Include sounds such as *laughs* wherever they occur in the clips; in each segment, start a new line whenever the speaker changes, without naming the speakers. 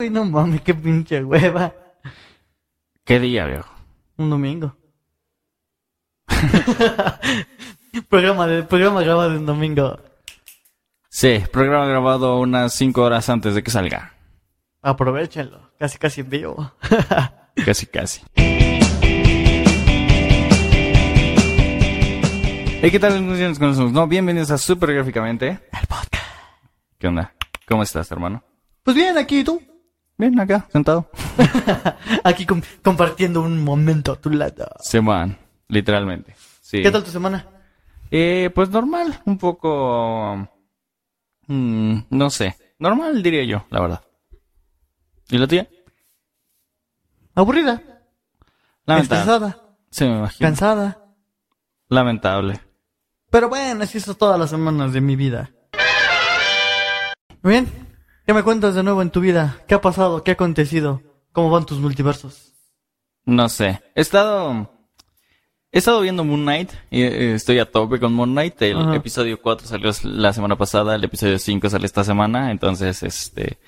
Y no mames, qué pinche hueva.
¿Qué día, viejo?
Un domingo. *laughs* programa, de, programa grabado un domingo.
Sí, programa grabado unas 5 horas antes de que salga.
Aprovechenlo. Casi, casi en vivo.
Casi, casi. Hey, ¿qué tal? Buenos días, ¿cómo somos? No, bienvenidos a Super Gráficamente.
El podcast.
¿Qué onda? ¿Cómo estás, hermano?
Pues bien, aquí tú.
Bien, acá, sentado.
Aquí com- compartiendo un momento a tu lado.
Se van, literalmente. Sí.
¿Qué tal tu semana?
Eh, pues normal, un poco... mm, no sé, normal diría yo, la verdad. ¿Y la tía?
Aburrida.
Lamentable.
Estresada.
Sí, me imagino.
Cansada.
Lamentable.
Pero bueno, así son todas las semanas de mi vida. Muy bien. ¿Qué me cuentas de nuevo en tu vida? ¿Qué ha pasado? ¿Qué ha acontecido? ¿Cómo van tus multiversos?
No sé. He estado. He estado viendo Moon Knight. Y, eh, estoy a tope con Moon Knight. El
Ajá.
episodio 4 salió la semana pasada. El episodio 5 sale esta semana. Entonces, este.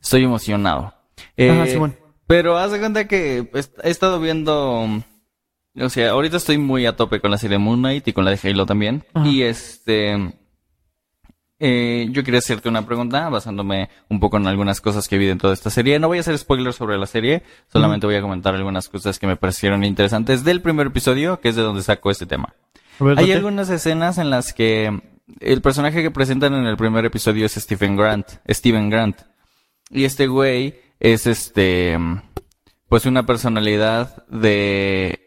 Estoy emocionado. Eh,
Ajá, Simón.
Pero haz de cuenta que est- he estado viendo. mm, O sea, ahorita estoy muy a tope con la serie Moon Knight y con la de Halo también.
Ajá.
Y este. eh, yo quería hacerte una pregunta basándome un poco en algunas cosas que vi dentro de esta serie. No voy a hacer spoilers sobre la serie, solamente voy a comentar algunas cosas que me parecieron interesantes del primer episodio, que es de donde saco este tema.
Roberto,
Hay
¿qué?
algunas escenas en las que el personaje que presentan en el primer episodio es Stephen Grant. Stephen Grant. Y este güey es este. Pues una personalidad de.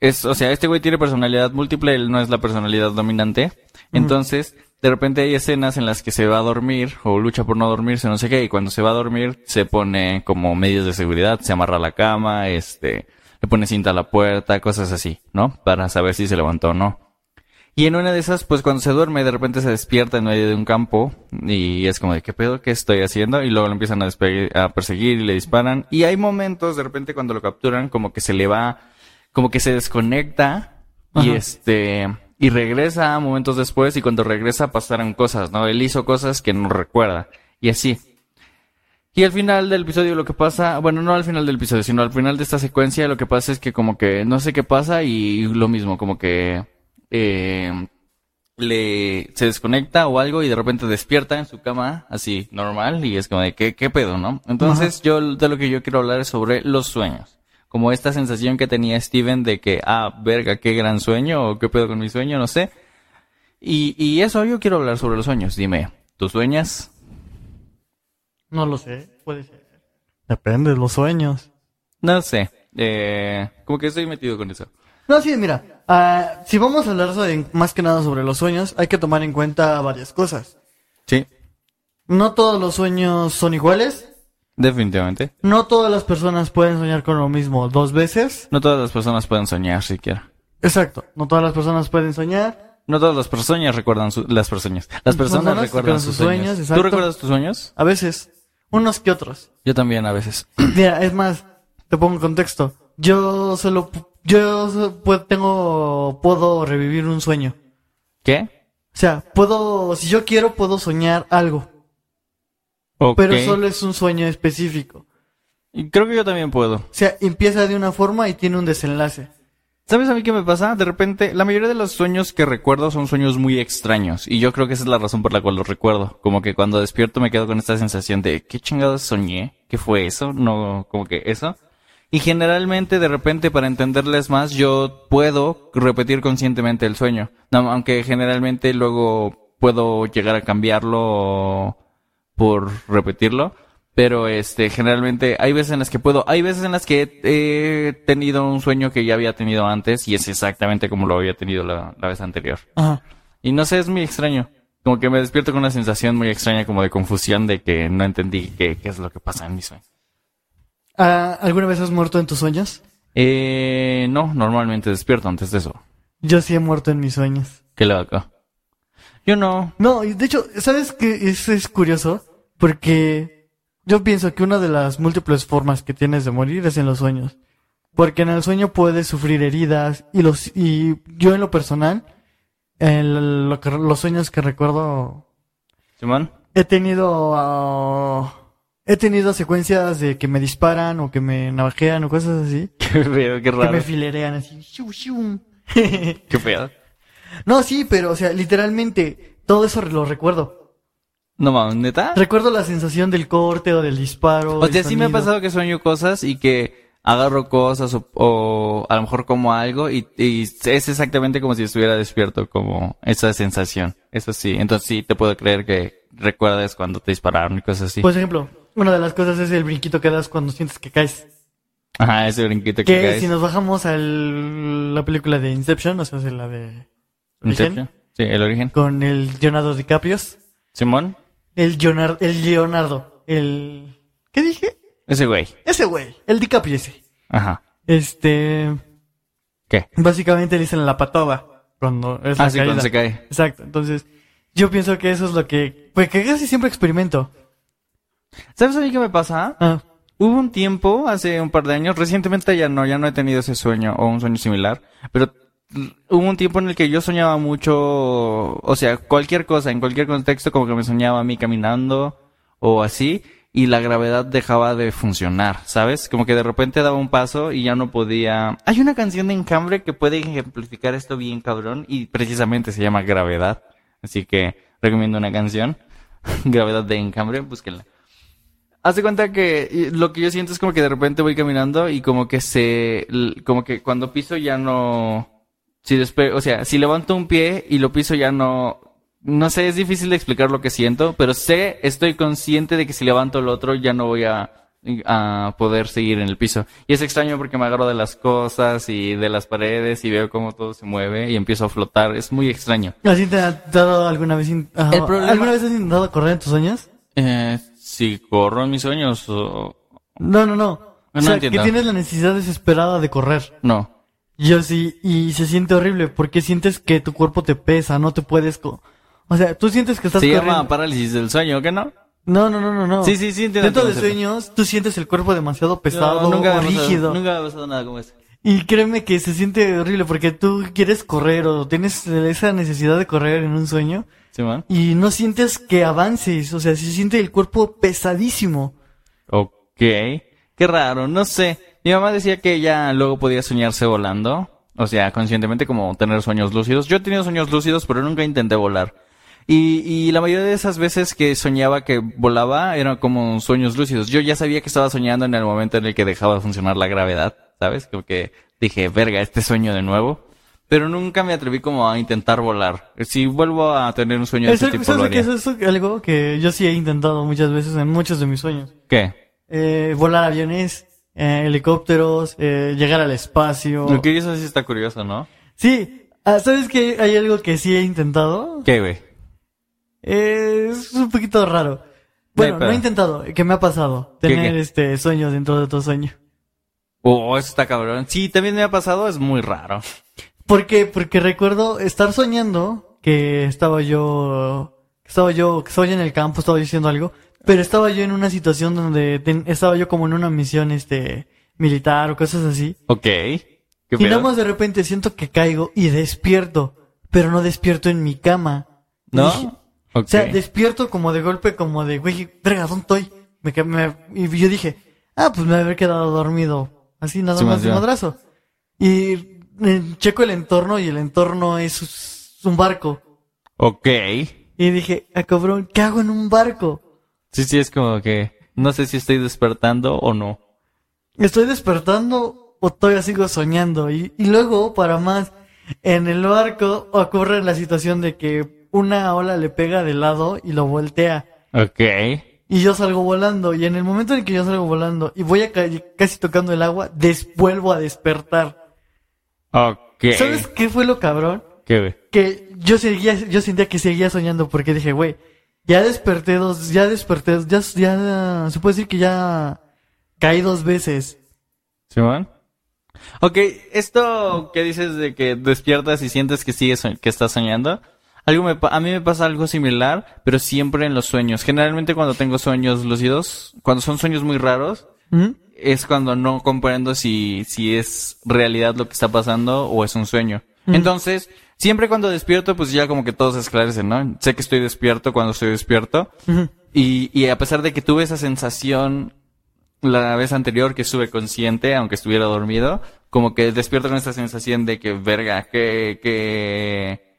Es, o sea, este güey tiene personalidad múltiple, él no es la personalidad dominante. Entonces, de repente hay escenas en las que se va a dormir o lucha por no dormirse, no sé qué, y cuando se va a dormir se pone como medios de seguridad, se amarra a la cama, este, le pone cinta a la puerta, cosas así, ¿no? Para saber si se levantó o no. Y en una de esas, pues cuando se duerme, de repente se despierta en medio de un campo y es como de qué pedo, qué estoy haciendo y luego lo empiezan a, despe- a perseguir y le disparan. Y hay momentos, de repente cuando lo capturan, como que se le va, como que se desconecta y
Ajá.
este y regresa momentos después y cuando regresa pasaron cosas, ¿no? Él hizo cosas que no recuerda y así. Y al final del episodio lo que pasa, bueno, no al final del episodio, sino al final de esta secuencia lo que pasa es que como que no sé qué pasa y lo mismo, como que eh, le se desconecta o algo y de repente despierta en su cama así normal y es como de qué, qué pedo, ¿no? Entonces yo de lo que yo quiero hablar es sobre los sueños. Como esta sensación que tenía Steven de que, ah, verga, qué gran sueño o qué pedo con mi sueño, no sé. Y, y eso yo quiero hablar sobre los sueños. Dime, ¿tú sueñas?
No lo sé, puede ser. Depende de los sueños.
No sé. Eh, como que estoy metido con eso.
No, sí, mira, ah, si vamos a hablar sobre- más que nada sobre los sueños, hay que tomar en cuenta varias cosas.
Sí.
No todos los sueños son iguales,
Definitivamente.
no todas las personas pueden soñar con lo mismo dos veces.
No todas las personas pueden soñar siquiera.
Exacto, no todas las personas pueden soñar.
No todas las personas recuerdan su- las personas. Las
Personas
personas recuerdan
recuerdan sus
sus
sueños,
sueños. ¿Tú
exacto.
recuerdas tus sueños?
A veces, unos que otros. *clears throat*
Yo también a veces.
Mira, es más, te pongo en contexto. Yo solo, pu- yo so- pu- tengo, puedo revivir un sueño.
¿Qué?
O sea, puedo, si yo quiero, puedo soñar algo,
Ok.
pero solo es un sueño específico.
Y Creo que yo también puedo.
O sea, empieza de una forma y tiene un desenlace.
¿Sabes a mí qué me pasa? De repente, la mayoría de los sueños que recuerdo son sueños muy extraños. Y yo creo que esa es la razón por la cual los recuerdo. Como que cuando despierto me quedo con esta sensación de, ¿qué chingados soñé? ¿Qué fue eso? No, como que eso. Y generalmente, de repente, para entenderles más, yo puedo repetir conscientemente el sueño. No, aunque generalmente luego puedo llegar a cambiarlo por repetirlo. Pero este, generalmente hay veces en las que puedo, hay veces en las que he tenido un sueño que ya había tenido antes y es exactamente como lo había tenido la, la vez anterior.
Ajá.
Y no sé, es muy extraño. Como que me despierto con una sensación muy extraña, como de confusión, de que no entendí qué, qué es lo que pasa en mi sueño.
Ah, ¿Alguna vez has muerto en tus sueños?
Eh, no, normalmente despierto antes de eso.
Yo sí he muerto en mis sueños.
¿Qué le acá? Yo no.
No, y de hecho, ¿sabes qué? Es, es curioso porque yo pienso que una de las múltiples formas que tienes de morir es en los sueños. Porque en el sueño puedes sufrir heridas y los y yo en lo personal, el- lo que- los sueños que recuerdo
¿Simón?
he tenido ah, He tenido secuencias de que me disparan o que me navajean o cosas así.
*laughs* Qué feo, qué
Que
raro.
me filerean así. Shum, shum.
Qué feo.
*laughs* no, sí, pero, o sea, literalmente, todo eso lo recuerdo.
No mames, neta.
Recuerdo la sensación del corte o del disparo.
O
el
sea, sí me ha
sonido.
pasado que sueño cosas y que agarro cosas o, o a lo mejor como algo y, y es exactamente como si estuviera despierto, como esa sensación. Eso sí, entonces sí te puedo creer que recuerdes cuando te dispararon y cosas así.
Por ejemplo, una de las cosas es el brinquito que das cuando sientes que caes.
Ajá, ese brinquito que
Que
caes.
si nos bajamos a la película de Inception, o sea, de la de
Inception.
Origen,
Sí, el origen.
con el Leonardo DiCaprio,
Simón,
el Leonardo, el Leonardo, el ¿qué dije?
ese güey.
Ese güey, el DiCaprio ese.
Ajá.
Este,
¿Qué?
básicamente le dicen la patada cuando es la
Ah, sí, cuando
caída.
se cae.
Exacto. Entonces, yo pienso que eso es lo que pues que casi siempre experimento.
¿Sabes a mí qué me pasa?
Ah,
Hubo un tiempo, hace un par de años, recientemente ya no, ya no he tenido ese sueño o un sueño similar, pero mm, hubo un tiempo en el que yo soñaba mucho, o sea, cualquier cosa, en cualquier contexto, como que me soñaba a mí caminando o así, y la gravedad dejaba de funcionar, ¿sabes? Como que de repente daba un paso y ya no podía... Hay una canción de Encambre que puede ejemplificar esto bien cabrón y precisamente se llama Gravedad, así que recomiendo una canción, *laughs* Gravedad de Encambre, búsquenla. Hace cuenta que y, lo que yo siento es como que de repente voy caminando y como que se, l- como que cuando piso ya no, si despe- o sea, si levanto un pie y lo piso ya no, no sé, es difícil de explicar lo que siento, pero sé, estoy consciente de que si levanto el otro ya no voy a, a poder seguir en el piso. Y es extraño porque me agarro de las cosas y de las paredes y veo cómo todo se mueve y empiezo a flotar, es muy extraño.
¿Así te ha dado alguna vez in- ah,
El problema-
alguna vez has intentado correr en tus sueños?
Eh, si corro en mis sueños o...
No, no, no.
No
o sea, que
entiendo.
tienes la necesidad desesperada de correr.
No.
Yo sí, y se siente horrible porque sientes que tu cuerpo te pesa, no te puedes... co- o sea, tú sientes que estás
Se
corriendo...
llama parálisis del sueño, ¿qué no?
No, no, no, no, no.
Sí, sí, sí, entiendo
Dentro
el
de
concepto.
sueños, tú sientes el cuerpo demasiado pesado,
No,
o
me ha pasado-
rígido.
Nunca me ha pasado nada como este. eso.
Y créeme que se siente horrible porque tú quieres correr o tienes esa necesidad de correr en un sueño
Simón.
y no sientes que avances, o sea, se siente el cuerpo pesadísimo.
Ok. Qué raro, no sé. Mi mamá decía que ella luego podía soñarse volando. O sea, conscientemente como tener sueños lúcidos. Yo he tenido sueños lúcidos, pero nunca intenté volar. Y, y la mayoría de esas veces que soñaba que volaba eran como sueños lúcidos. Yo ya sabía que estaba soñando en el momento en el que dejaba de funcionar la gravedad, ¿sabes? Como que dije, verga, este sueño de nuevo. Pero nunca me atreví como a intentar volar. Si vuelvo a tener un sueño de
Eso,
ese este tipo, lo
¿sabes qué?
haría.
Eso es algo que yo sí he intentado muchas veces en muchos de mis sueños.
¿Qué?
eh, volar aviones, eh, helicópteros, eh, llegar al espacio.
Lo que eso sí está curioso, ¿no?
Sí, ah, ¿sabes que hay algo que sí he intentado?
¿Qué, güey?
Eh, es un poquito raro. Bueno,
hay
no
pedo.
he intentado, que me ha pasado
¿Qué,
tener
qué?
este sueño dentro de otro sueño.
Oh, eso está cabrón. Sí, también me ha pasado, es muy raro.
¿Por qué? Porque recuerdo estar soñando que estaba yo, que estaba yo, que estaba yo en el campo, estaba yo haciendo algo, pero estaba yo en una situación donde ten- estaba yo como en una misión, este, militar o cosas así.
Ok. ¿Qué
Y nada
pedo?
más de repente siento que caigo y despierto, pero no despierto en mi cama.
¿No?
Dije-
Ok.
O sea, despierto como de golpe, como de, güey, verga, ¿dónde estoy? Me, ca- me- y yo dije, ah, pues me haber quedado dormido, así nada
Sí,
más
más
de
bien.
madrazo. Y eh, checo el entorno y el entorno es us- un barco.
Ok.
Y dije, ah, cabrón, ¿qué hago en un barco?
Sí, sí, es como que no sé si estoy despertando o no.
¿Estoy despertando o todavía sigo soñando? Y, y luego, para más, en el barco ocurre la situación de que una ola le pega de lado y lo voltea.
Ok.
Y yo salgo volando. Y en el momento en el que yo salgo volando y voy a ca- casi tocando el agua, des- vuelvo a despertar.
Ok.
¿Sabes qué fue lo cabrón?
¿Qué, güey?
Que yo seguía, yo sentía que seguía soñando porque dije, güey, ya desperté dos, ya desperté, ya, ya, se puede decir que ya caí dos veces.
¿Simón? Ok, esto que dices de que despiertas y sientes que sigues, soñ- que estás soñando, algo me, pa- a mí me pasa algo similar, pero siempre en los sueños. Generalmente cuando tengo sueños lúcidos, cuando son sueños muy raros,
¿Mm?
es cuando no comprendo si, si es realidad lo que está pasando o es un sueño. Entonces, siempre cuando despierto, pues ya como que todo se esclarece, ¿no? Sé que estoy despierto cuando estoy despierto.
Ujú.
Y, y a pesar de que tuve esa sensación la vez anterior que estuve consciente, aunque estuviera dormido, como que despierto con esa sensación de que, verga, que, que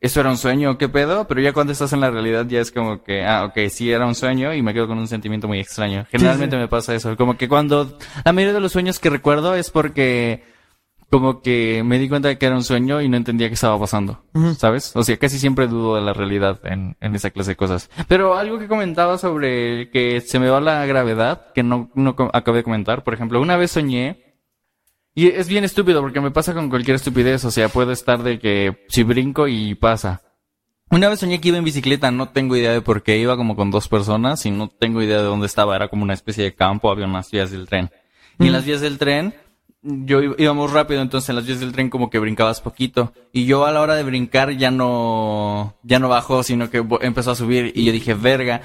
eso era un sueño, qué pedo, pero ya cuando estás en la realidad ya es como que, ah, ok, sí era un sueño y me quedo con un sentimiento muy extraño. Generalmente me pasa eso, como que cuando, la mayoría de los sueños que recuerdo es porque como que me di cuenta de que era un sueño y no entendía qué estaba pasando,
Ujú.
¿sabes? O sea, casi siempre dudo de la realidad en, en esa clase de cosas. Pero algo que comentaba sobre que se me va la gravedad, que no, no co- acabé de comentar, por ejemplo, una vez soñé, y es bien estúpido porque me pasa con cualquier estupidez, o sea, puedo estar de que si brinco y pasa. Una vez soñé que iba en bicicleta, no tengo idea de por qué iba como con dos personas y no tengo idea de dónde estaba, era como una especie de campo, había unas vías del tren. Y en las vías del tren, yo iba- íbamos rápido, entonces en las vías del tren como que brincabas poquito. Y yo a la hora de brincar ya no, ya no bajó, sino que bo- empezó a subir. Y yo dije, verga.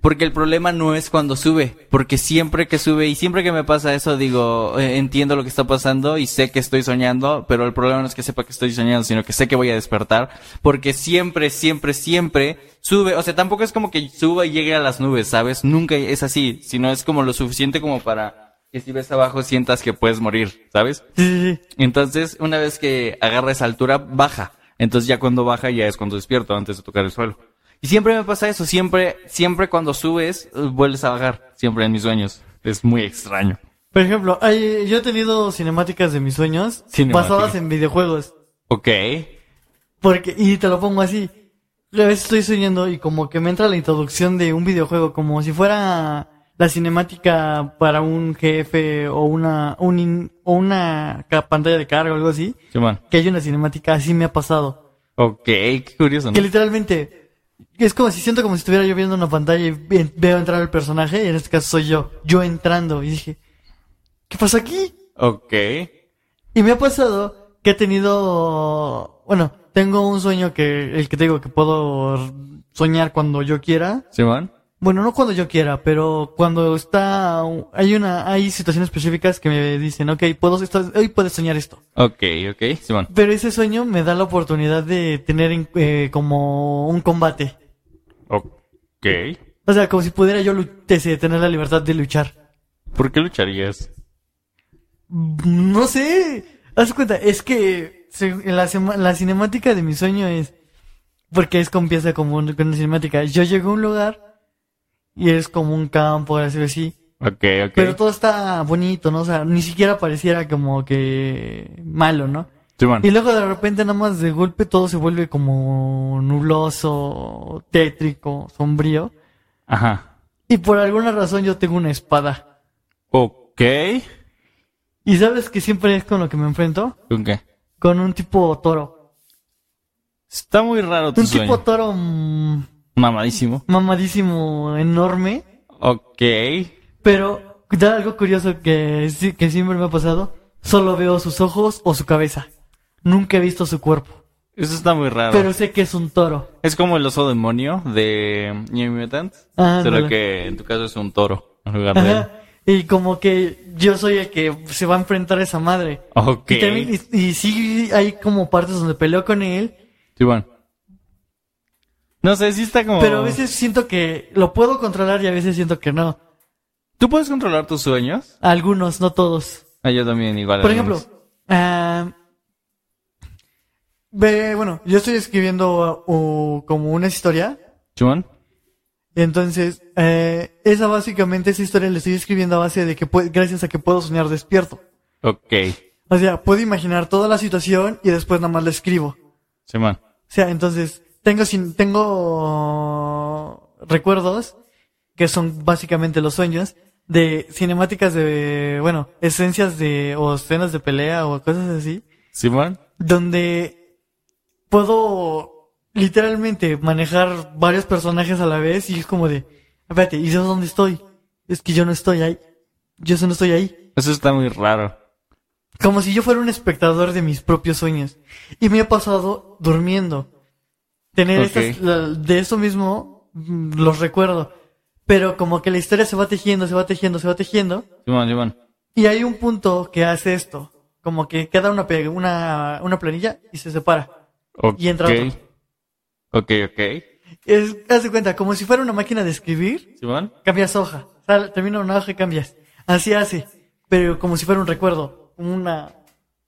Porque el problema no es cuando sube, porque siempre que sube y siempre que me pasa eso digo, eh, entiendo lo que está pasando y sé que estoy soñando, pero el problema no es que sepa que estoy soñando, sino que sé que voy a despertar, porque siempre, siempre, siempre sube, o sea, tampoco es como que suba y llegue a las nubes, ¿sabes? Nunca es así, sino es como lo suficiente como para que si ves abajo sientas que puedes morir, ¿sabes?
Sí, sí, sí.
Entonces, una vez que agarra esa altura, baja. Entonces ya cuando baja ya es cuando despierto antes de tocar el suelo. Y siempre me pasa eso, siempre, siempre cuando subes, eh, vuelves a bajar, siempre en mis sueños. Es muy extraño.
Por ejemplo, hay- yo he tenido cinemáticas de mis sueños
Cinemática.
basadas en videojuegos.
Ok.
Porque, y te lo pongo así. A veces estoy soñando y como que me entra la introducción de un videojuego, como si fuera la cinemática para un jefe o una, un in- o una ca- pantalla de carga o algo así.
Simón.
Que hay una cinemática, así me ha pasado.
Ok, qué curioso,
Que
¿no?
literalmente, es como si siento como si estuviera yo viendo una pantalla y ve- veo entrar el personaje, y en este caso soy yo, yo entrando, y dije, ¿qué pasó aquí?
Ok.
Y me ha pasado que he tenido, bueno, tengo un sueño que, el que te digo que puedo soñar cuando yo quiera.
Simón.
Bueno, no cuando yo quiera, pero cuando está, hay una, hay situaciones específicas que me dicen, ok, puedo, esto- hoy puedes soñar esto.
Ok, ok, Simón.
Pero ese sueño me da la oportunidad de tener en- eh, como un combate.
Ok.
O sea, como si pudiera yo lu- ese, tener la libertad de luchar.
¿Por qué lucharías?
Mm, No sé. Haz cuenta, es que se- en la, sema- la cinemática de mi sueño es. Porque es como empieza como un- con una cinemática. Yo llego a un lugar y es como un campo, así así.
Ok, ok.
Pero todo está bonito, ¿no? O sea, ni siquiera pareciera como que malo, ¿no?
Simón.
Y luego de repente nada más de golpe todo se vuelve como nubloso, tétrico, sombrío.
Ajá.
Y por alguna razón yo tengo una espada.
Ok.
¿Y sabes que siempre es con lo que me enfrento?
¿Con qué?
Con un tipo toro.
Está muy raro tu
Un
sueño.
tipo toro mm,
Mamadísimo.
mamadísimo, enorme.
Ok.
Pero da algo curioso que, sí- que siempre me ha pasado. Solo veo sus ojos o su cabeza. Nunca he visto su cuerpo.
Eso está muy raro.
Pero sé que es un toro.
Es como el oso demonio de New Mutant.
Ah,
solo
ándale.
que en tu caso es un toro en lugar de él.
Ajá. Y como que yo soy el que se va a enfrentar a esa madre.
Ok.
Y, también, y, y sí hay como partes donde peleo con él.
Sí, bueno. No sé, sí está como...
Pero a veces siento que lo puedo controlar y a veces siento que no.
¿Tú puedes controlar tus sueños?
Algunos, no todos.
Ah, yo también igual.
Por
algunos.
ejemplo, ah, ve, bueno, yo estoy escribiendo uh, como una historia.
¿Sí, bueno?
Entonces, eh, esa básicamente, esa historia la estoy escribiendo a base de que, pu- gracias a que puedo soñar despierto.
Ok.
O sea, puedo imaginar toda la situación y después nada más la escribo.
Sí, bueno.
O sea, entonces, tengo sin, tengo recuerdos, que son básicamente los sueños, de cinemáticas de, bueno, esencias de, o escenas de pelea o cosas así,
¿Sí, bueno?
donde puedo literalmente manejar varios personajes a la vez y es como de, espérate, ¿y yo dónde estoy? Es que yo no estoy ahí. Yo no estoy ahí.
Eso está muy raro.
Como si yo fuera un espectador de mis propios sueños. Y me ha pasado durmiendo. Tener
Ok.
estas- la- de eso mismo, mm, los recuerdo. Pero como que la historia se va tejiendo, se va tejiendo, se va tejiendo.
Sí, bueno, sí, bueno.
Y hay un punto que hace esto. Como que queda una, pe- una, una planilla y se separa.
Ok.
Y entra otro.
Ok, ok.
Es, haz de cuenta, como si fuera una máquina de escribir,
¿Simón?
cambias hoja. O sea, termina una hoja y cambias. Así hace. Pero como si fuera un recuerdo. Una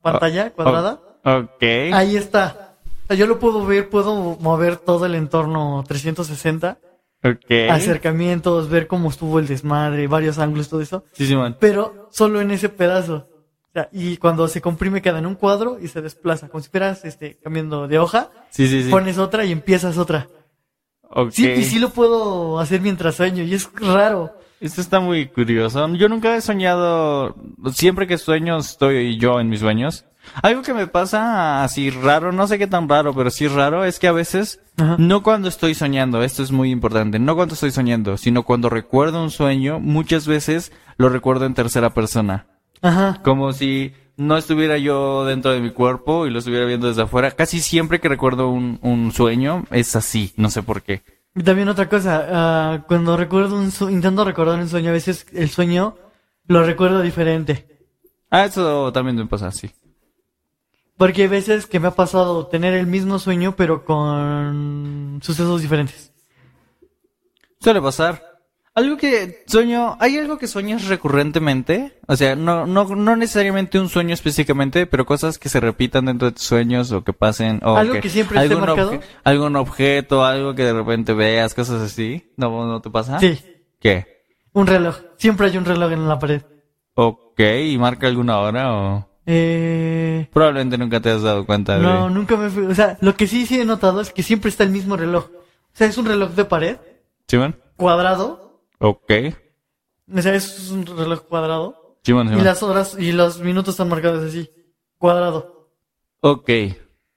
pantalla cuadrada.
O- Ah, ok.
Ahí está. O sea, yo lo puedo ver, puedo mover todo el entorno 360.
ok.
Acercamientos, ver cómo estuvo el desmadre, varios ángulos, todo eso.
Sí, Simón.
Pero solo en ese pedazo. O sea, y cuando se comprime queda en un cuadro y se desplaza. Como si fueras este, cambiando de hoja,
Sí, sí, sí.
pones otra y empiezas otra.
Ok.
Sí, y sí lo puedo hacer mientras sueño y es raro.
Esto está muy curioso. Yo nunca he soñado, siempre que sueño estoy yo en mis sueños. Algo que me pasa así raro, no sé qué tan raro, pero sí raro, es que a veces,
Ajá.
no cuando estoy soñando, esto es muy importante, no cuando estoy soñando, sino cuando recuerdo un sueño, muchas veces lo recuerdo en tercera persona.
Ajá.
Como si no estuviera yo dentro de mi cuerpo y lo estuviera viendo desde afuera. Casi siempre que recuerdo un, un sueño, es así, no sé por qué.
Y también otra cosa, ah, cuando recuerdo un su- intento recordar un sueño, a veces el sueño lo recuerdo diferente.
Ah, eso también me pasa así.
Porque hay veces que me ha pasado tener el mismo sueño, pero con sucesos diferentes.
Suele pasar. Algo que sueño, hay algo que sueñas recurrentemente, o sea, no, no, no necesariamente un sueño específicamente, pero cosas que se repitan dentro de tus sueños o que pasen, o
¿Algo que siempre esté
algún
marcado?
obje- algún objeto, algo que de repente veas, cosas así, ¿no, no te pasa?
Sí,
¿Qué?
un reloj. Siempre hay un reloj en la pared.
Ok, ¿y marca alguna hora o...?
Eh,
Probablemente nunca te has dado cuenta de...
no, nunca me fui. O sea, lo que sí sí he notado es que siempre está el mismo reloj. O sea, es un reloj de pared,
¿Simón?
cuadrado.
Ok.
O sea, es un reloj cuadrado.
Simón,
Y
Simón.
las horas y los minutos están marcados así, cuadrado.
Ok,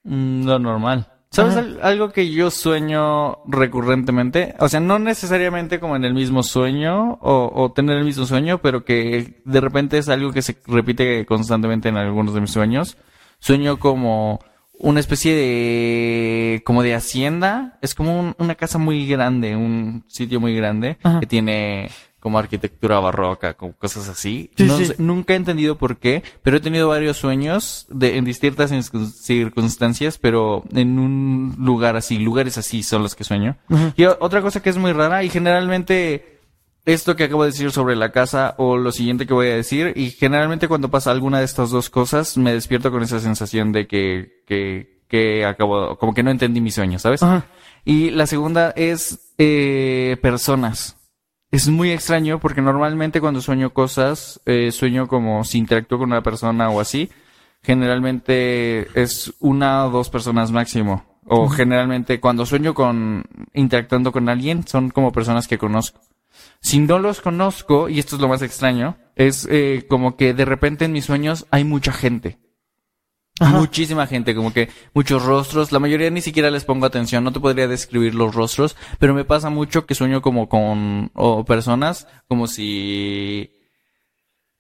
Mm, lo normal. ¿Sabes
Ajá.
al- algo que yo sueño recurrentemente? O sea, no necesariamente como en el mismo sueño o, o tener el mismo sueño, pero que de repente es algo que se repite constantemente en algunos de mis sueños. Sueño como una especie de... como de hacienda. Es como un- una casa muy grande, un sitio muy grande
Ajá.
que tiene como arquitectura barroca, como cosas así.
Sí,
no
sí.
sé- nunca he entendido por qué, pero he tenido varios sueños de, en distintas circun- circunstancias, pero en un lugar así, lugares así son los que sueño.
Ujú.
Y o- otra cosa que es muy rara, y generalmente esto que acabo de decir sobre la casa o lo siguiente que voy a decir, y generalmente cuando pasa alguna de estas dos cosas, me despierto con esa sensación de que, que, que acabo, como que no entendí mi sueño, ¿sabes?
Ajá.
Y la segunda es eh, personas. Es muy extraño porque normalmente cuando sueño cosas, eh, sueño como si interactúo con una persona o así, generalmente es una o dos personas máximo. O generalmente cuando sueño con interactuando con alguien, son como personas que conozco. Si no los conozco, y esto es lo más extraño, es eh, como que de repente en mis sueños hay mucha gente.
Ajá.
Muchísima gente, como que muchos rostros, la mayoría ni siquiera les pongo atención, no te podría describir los rostros, pero me pasa mucho que sueño como con o personas, como si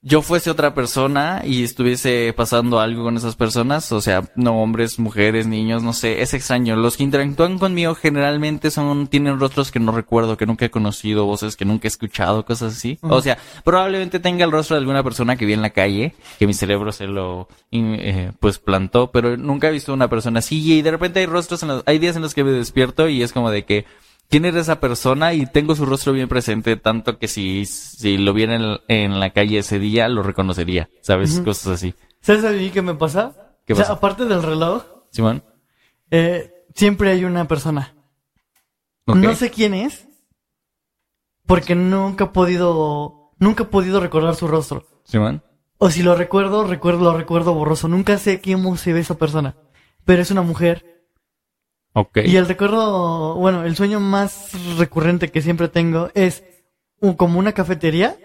yo fuese otra persona y estuviese pasando algo con esas personas, o sea, no hombres, mujeres, niños, no sé, es extraño. Los que interactúan conmigo generalmente son, tienen rostros que no recuerdo, que nunca he conocido, voces que nunca he escuchado, cosas así. O sea, probablemente tenga el rostro de alguna persona que vi en la calle, que mi cerebro se lo, in- eh, pues plantó, pero nunca he visto una persona así y de repente hay rostros en los, hay días en los que me despierto y es como de que, ¿Quién era esa persona? Y tengo su rostro bien presente, tanto que si, si lo viera en, en la calle ese día, lo reconocería, ¿sabes? Cosas así.
¿Sabes a mí qué me pasa?
¿Qué
o sea,
pasa?
aparte del reloj,
¿Simón?
eh, siempre hay una persona.
Ok.
No sé quién es, porque nunca he podido, nunca he podido recordar su rostro.
¿Simón?
O si lo recuerdo, recuerdo, lo recuerdo borroso. Nunca sé cómo se ve esa persona. Pero es una mujer.
Ok.
Y el recuerdo, bueno, el sueño más recurrente que siempre tengo es un- como una cafetería.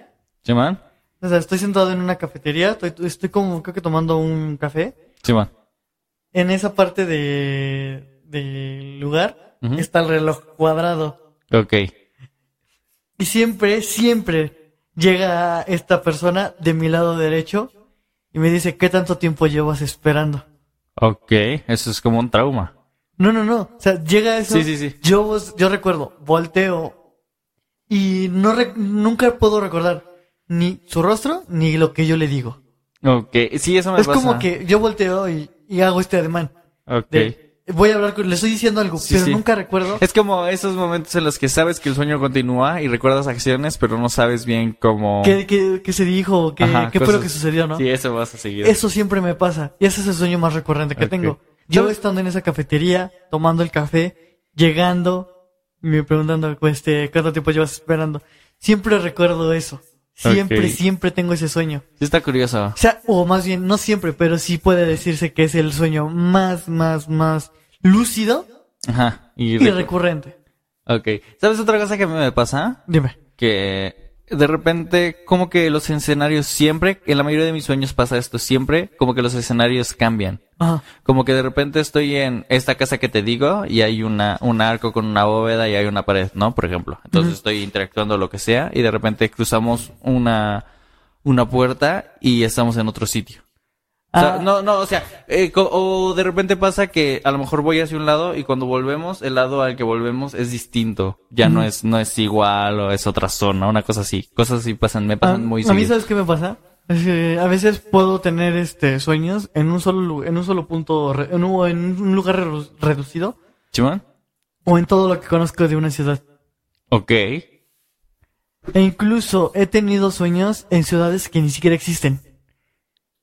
¿Simón?
O sea, estoy sentado en una cafetería, estoy, estoy como creo que tomando un café.
Simón.
En esa parte de del lugar
Ujú.
está el reloj cuadrado.
Ok.
Y siempre, siempre llega esta persona de mi lado derecho y me dice, ¿qué tanto tiempo llevas esperando?
Ok. Eso es como un trauma.
No, no, no. O sea, llega eso.
Sí, sí, sí.
Yo, vos- yo recuerdo, volteo y no rec- nunca puedo recordar ni su rostro ni lo que yo le digo.
Ok. Sí, eso me
es
pasa.
como que yo volteo y, y hago este ademán.
Ok.
De, Voy a hablar con... Le estoy diciendo algo,
Sí,
pero
sí.
nunca recuerdo.
Es como esos momentos en los que sabes que el sueño continúa y recuerdas acciones, pero no sabes bien cómo...
¿Qué, qué- qué se dijo? ¿Qué,
Ajá,
qué fue lo
cosas-
que sucedió, no?
Sí, eso vas a seguir.
Eso siempre me pasa. Y ese es el sueño más recurrente que
Ok.
tengo. Yo
¿Sabes?
estando en esa cafetería, tomando el café, llegando, me preguntando, pues, este, ¿cuánto tiempo llevas esperando? Siempre recuerdo eso. Siempre,
Ok.
siempre tengo ese sueño.
Sí está curioso.
O sea, o más bien, no siempre, pero sí puede decirse que es el sueño más, más, más lúcido
Ajá. Y,
y
recu-
recurrente.
Ok. ¿Sabes otra cosa que a mí me pasa?
Dime.
Que de repente, como que los escenarios siempre, en la mayoría de mis sueños pasa esto, siempre como que los escenarios cambian.
Ajá.
Como que de repente estoy en esta casa que te digo y hay una, un arco con una bóveda y hay una pared, ¿no? Por ejemplo. Entonces estoy interactuando lo que sea y de repente cruzamos una, una puerta y estamos en otro sitio. O sea,
Ah.
no, no, o sea, eh, co- o de repente pasa que a lo mejor voy hacia un lado y cuando volvemos, el lado al que volvemos es distinto. Ya no es, no es igual o es otra zona, una cosa así. Cosas así pasan, me
A,
pasan muy
Ah, a mí,
seguido.
¿sabes qué me pasa? Es que a veces puedo tener este sueños en un solo lu- en un solo punto re- en un, en un lugar redu- reducido
¿Chimón?
o en todo lo que conozco de una ciudad.
Ok.
E incluso he tenido sueños en ciudades que ni siquiera existen.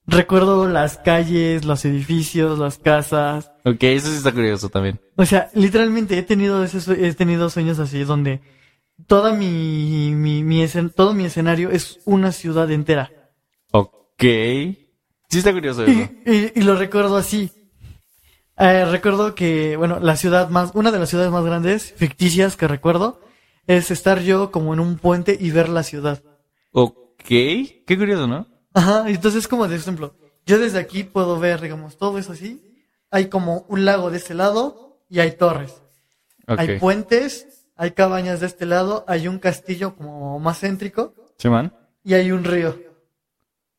Recuerdo las calles, los edificios, las casas.
Ok, eso sí está curioso también.
O sea, literalmente he tenido ese sue- he tenido sueños así donde toda mi, mi, mi escen- todo mi escenario es una ciudad entera.
Ok. Sí está curioso
Y, *laughs*
eso.
y- y lo recuerdo así. Eh, recuerdo que, bueno, la ciudad más, una de las ciudades más grandes, ficticias que recuerdo, es estar yo como en un puente y ver la ciudad.
Ok. Qué curioso, ¿no?
Ajá, entonces como de ejemplo, yo desde aquí puedo ver, digamos, todo es así. Hay como un lago de este lado y hay torres.
Ok.
Hay puentes, hay cabañas de este lado, hay un castillo como más céntrico
¿Chimón?
y hay un río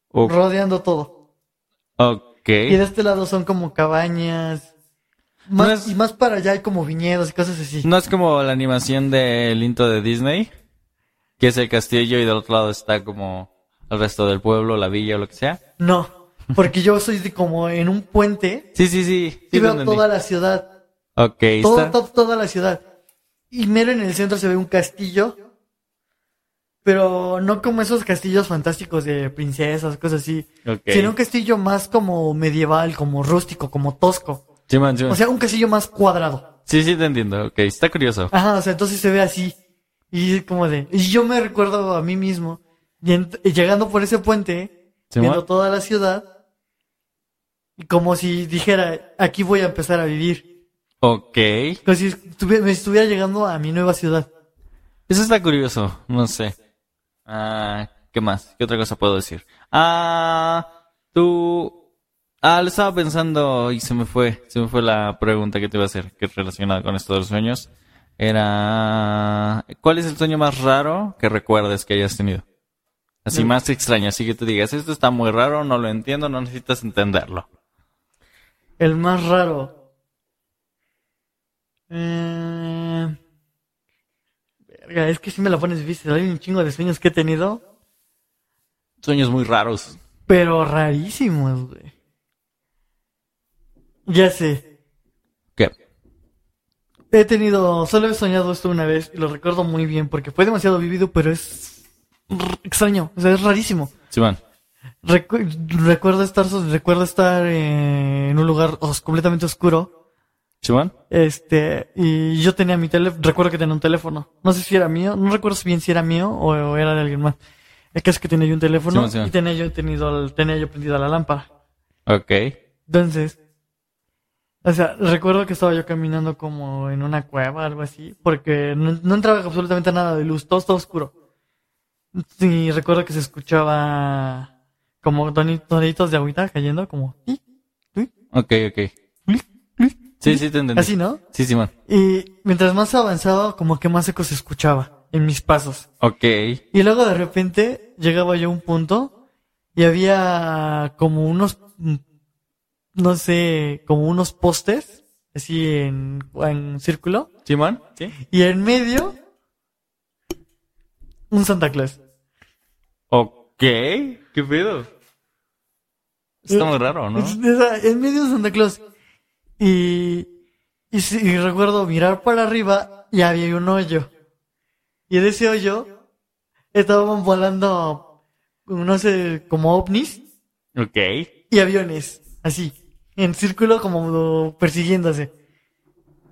O-
rodeando todo.
Ok.
Y de este lado son como cabañas. Más,
No es-
Y más para allá hay como viñedos y cosas así.
¿No es como la animación del intro de Disney? Que es el castillo y del otro lado está como el resto del pueblo, la villa o lo que sea.
No, porque yo soy de como en un puente
Sí, sí, sí. sí
y
lo
veo
entendí.
toda la ciudad.
Ok,
Todo-
está.
to- toda la ciudad. Y mero en el centro se ve un castillo. Pero no como esos castillos fantásticos de princesas, cosas así.
Ok.
Sino un castillo más como medieval, como rústico, como tosco.
Sí, man, sí, man.
O sea, un castillo más cuadrado.
sí, sí, te entiendo. Ok, está curioso.
Ajá, o sea, entonces se ve así. Y es como de. Y yo me recuerdo a mí mismo. y ent- y llegando por ese puente,
Sí,
viendo
man.
toda la ciudad. y Como si dijera, aquí voy a empezar a vivir.
Ok.
Como si estuvi- me estuviera llegando a mi nueva ciudad.
Eso está curioso. No sé. Ah, ¿qué más? ¿Qué otra cosa puedo decir? Ah, tú. Ah, lo estaba pensando y se me fue. Se me fue la pregunta que te iba a hacer, que es relacionada con esto de los sueños. Era. ¿Cuál es el sueño más raro que recuerdes que hayas tenido? Así
Mm.
más extraño, así que tú digas, esto está muy raro, no lo entiendo, no necesitas entenderlo.
El más raro. Eh, Verga, es que si me la pones difícil. Hay un chingo de sueños que he tenido.
Sueños muy raros.
Pero rarísimos, güey. Ya sé.
¿Qué?
He tenido, solo he soñado esto una vez y lo recuerdo muy bien porque fue demasiado vivido, pero es r- extraño, o sea, es rarísimo.
Simón.
Recu- recuerdo estar, so- recuerdo estar eh, en un lugar os- completamente oscuro,
Simón.
este, y yo tenía mi teléfono, recuerdo que tenía un teléfono, no sé si era mío, no recuerdo si bien si era mío o, o era de alguien más. El caso es que tenía yo un teléfono
Simón, Simón.
y tenía yo tenido, el- tenía yo prendida la lámpara.
Ok.
Entonces, o sea, recuerdo que estaba yo caminando como en una cueva, algo así, porque no, no entraba absolutamente nada de luz, todo estaba oscuro. Y recuerdo que se escuchaba como toni- toritos de agüita cayendo, como "Tic",
Ok, ok. Sí, sí, te entendí.
así, ¿no?
Sí, Simón.
Y mientras más avanzaba, como que más eco se escuchaba en mis pasos.
Ok.
Y luego de repente llegaba yo a un punto y había como unos, mm, no sé, como unos postes, así en, en círculo,
¿Simón? Sí.
y en medio un Santa Claus.
Ok. ¿Qué pedo? Eh, Está muy raro, ¿no?
Es- es- en medio un Santa Claus. Y Y, sí, y recuerdo mirar para arriba y había un hoyo. Y en ese hoyo estaban volando, no sé, como ovnis
Ok.
y aviones, así, en círculo como persiguiéndose.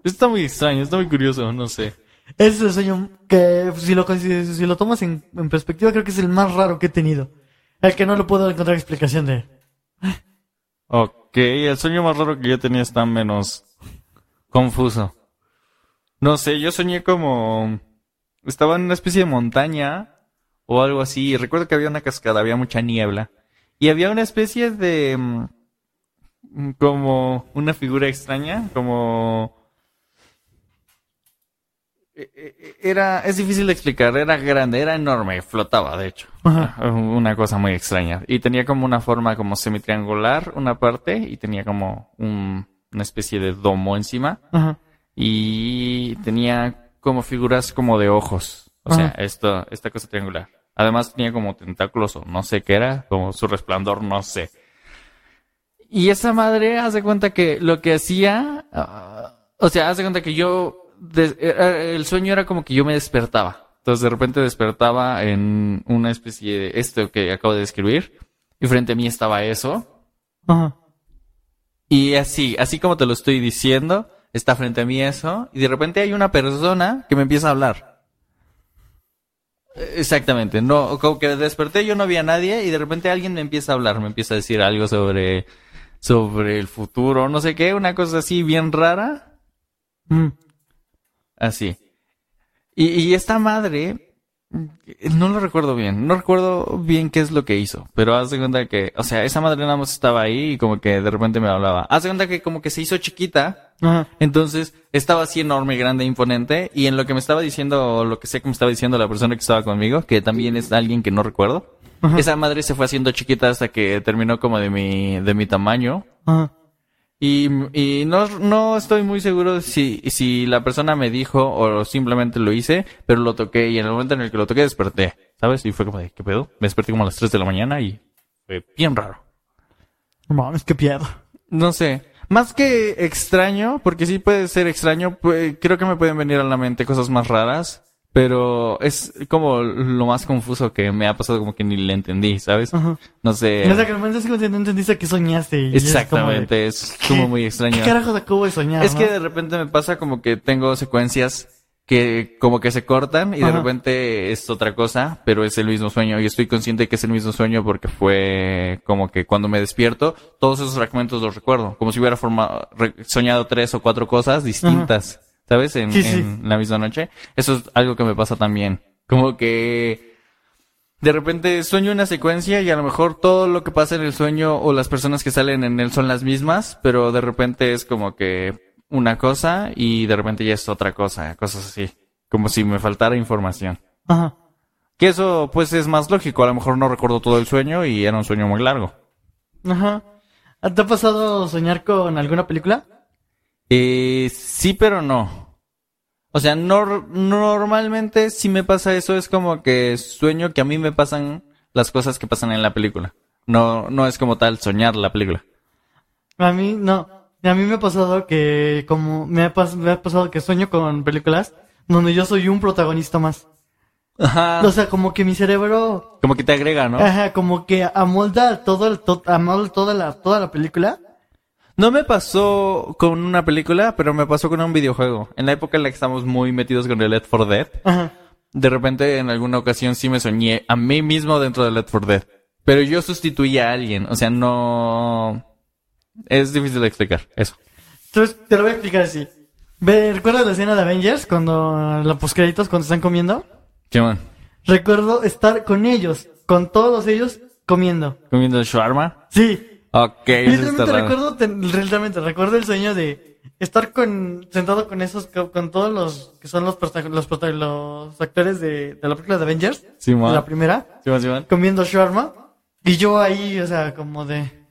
Está muy extraño, está muy curioso, no sé.
Ese es el sueño que, si lo, consider- si lo tomas en, en perspectiva, creo que es el más raro que he tenido. El que no lo puedo encontrar explicación de.
Ok, el sueño más raro que yo tenía está menos confuso. No sé, yo soñé como... Estaba en una especie de montaña o algo así. y Recuerdo que había una cascada, había mucha niebla. Y había una especie de... mm, como una figura extraña, como... e- e- Era, es difícil de explicar, era grande, era enorme, flotaba de hecho.
Ajá.
Una cosa muy extraña. Y tenía como una forma como semitriangular, una parte, y tenía como un- una especie de domo encima.
Ajá.
Y tenía como figuras como de ojos. O sea,
Ajá.
esto, esta cosa triangular. Además tenía como tentáculos o no sé qué era, como su resplandor, no sé. Y esa madre hace cuenta que lo que hacía, ah, o sea, hace cuenta que yo, des- era- el sueño era como que yo me despertaba. Entonces de repente despertaba en una especie de esto que acabo de describir y frente a mí estaba eso.
Ajá.
Y así, así como te lo estoy diciendo, está frente a mí eso, y de repente hay una persona que me empieza a hablar. Eh, Exactamente, no, como que desperté, yo no había nadie, y de repente alguien me empieza a hablar, me empieza a decir algo sobre, sobre el futuro, no sé qué, una cosa así bien rara.
Mm.
Así. Y, y esta madre, mm, no lo recuerdo bien, no recuerdo bien qué es lo que hizo, pero haz de cuenta que, o sea, esa madre nada más estaba ahí y como que de repente me hablaba. Haz de cuenta que como que se hizo chiquita,
Ajá.
entonces estaba así enorme, grande, imponente, y en lo que me estaba diciendo, o lo que sé que me estaba diciendo la persona que estaba conmigo, que también es alguien que no recuerdo,
Ajá.
esa madre se fue haciendo chiquita hasta que terminó como de mi, de mi tamaño,
Ajá.
y, y no, no estoy muy seguro si, si la persona me dijo o simplemente lo hice, pero lo toqué y en el momento en el que lo toqué desperté, ¿sabes? Y fue como de, ¿qué pedo? Me desperté como a las 3 de la mañana y fue bien raro.
No mames, qué piado.
No sé. Más que extraño, porque sí puede ser extraño, pues, creo que me pueden venir a la mente cosas más raras, pero es como lo más confuso que me ha pasado, como que ni le entendí, ¿sabes?
Ajá.
No sé.
O sea, que al menos es como si no entendiste que soñaste. y es como de,
Exactamente, es como muy extraño.
¿Qué carajos acabo de soñar?
Es
no?
que de repente me pasa como que tengo secuencias que como que se cortan y de
Ajá.
repente es otra cosa, pero es el mismo sueño. Y estoy consciente que es el mismo sueño porque fue como que cuando me despierto, todos esos fragmentos los recuerdo, como si hubiera formado, re- soñado tres o cuatro cosas distintas, ¿sabes? En,
Sí, sí.
en la misma noche. Eso es algo que me pasa también. Como que de repente sueño una secuencia y a lo mejor todo lo que pasa en el sueño o las personas que salen en él son las mismas, pero de repente es como que una cosa y de repente ya es otra cosa, cosas así, como si me faltara información.
Ajá.
Que eso pues es más lógico, a lo mejor no recuerdo todo el sueño y era un sueño muy largo.
Ajá. ¿Te ha pasado soñar con alguna película?
Eh, sí, pero no. O sea, nor- normalmente si me pasa eso es como que sueño que a mí me pasan las cosas que pasan en la película. No, no es como tal soñar la película.
A mí no. A mí me ha pasado que como me ha, pas- me ha pasado que sueño con películas donde yo soy un protagonista más.
Ajá. Ah.
O sea, como que mi cerebro,
Como que te agrega, ¿no?
ajá, como que amolda todo el to- amolda toda la toda la película.
No me pasó con una película, pero me pasó con un videojuego. En la época en la que estamos muy metidos con el Left 4 Dead,
Ajá.
de repente en alguna ocasión sí me soñé a mí mismo dentro del Left 4 Dead. Pero yo sustituía a alguien, o sea, no... Es difícil de explicar, eso.
Entonces te lo voy a explicar así. Ve, ¿Recuerdas la escena de Avengers cuando los poscréditos cuando están comiendo?
¿Qué man?
Recuerdo estar con ellos, con todos ellos comiendo.
¿Comiendo el shawarma?
Sí,
Ok, eso está
Literalmente
raro.
recuerdo, ten- realmente recuerdo el sueño de estar con sentado con esos, co- con todos los que son los prota- los, prota- los actores de, de la película de Avengers,
Sí,
de
man.
la primera,
¿Sí, man, sí, man?
comiendo shawarma y yo ahí, o sea, como de,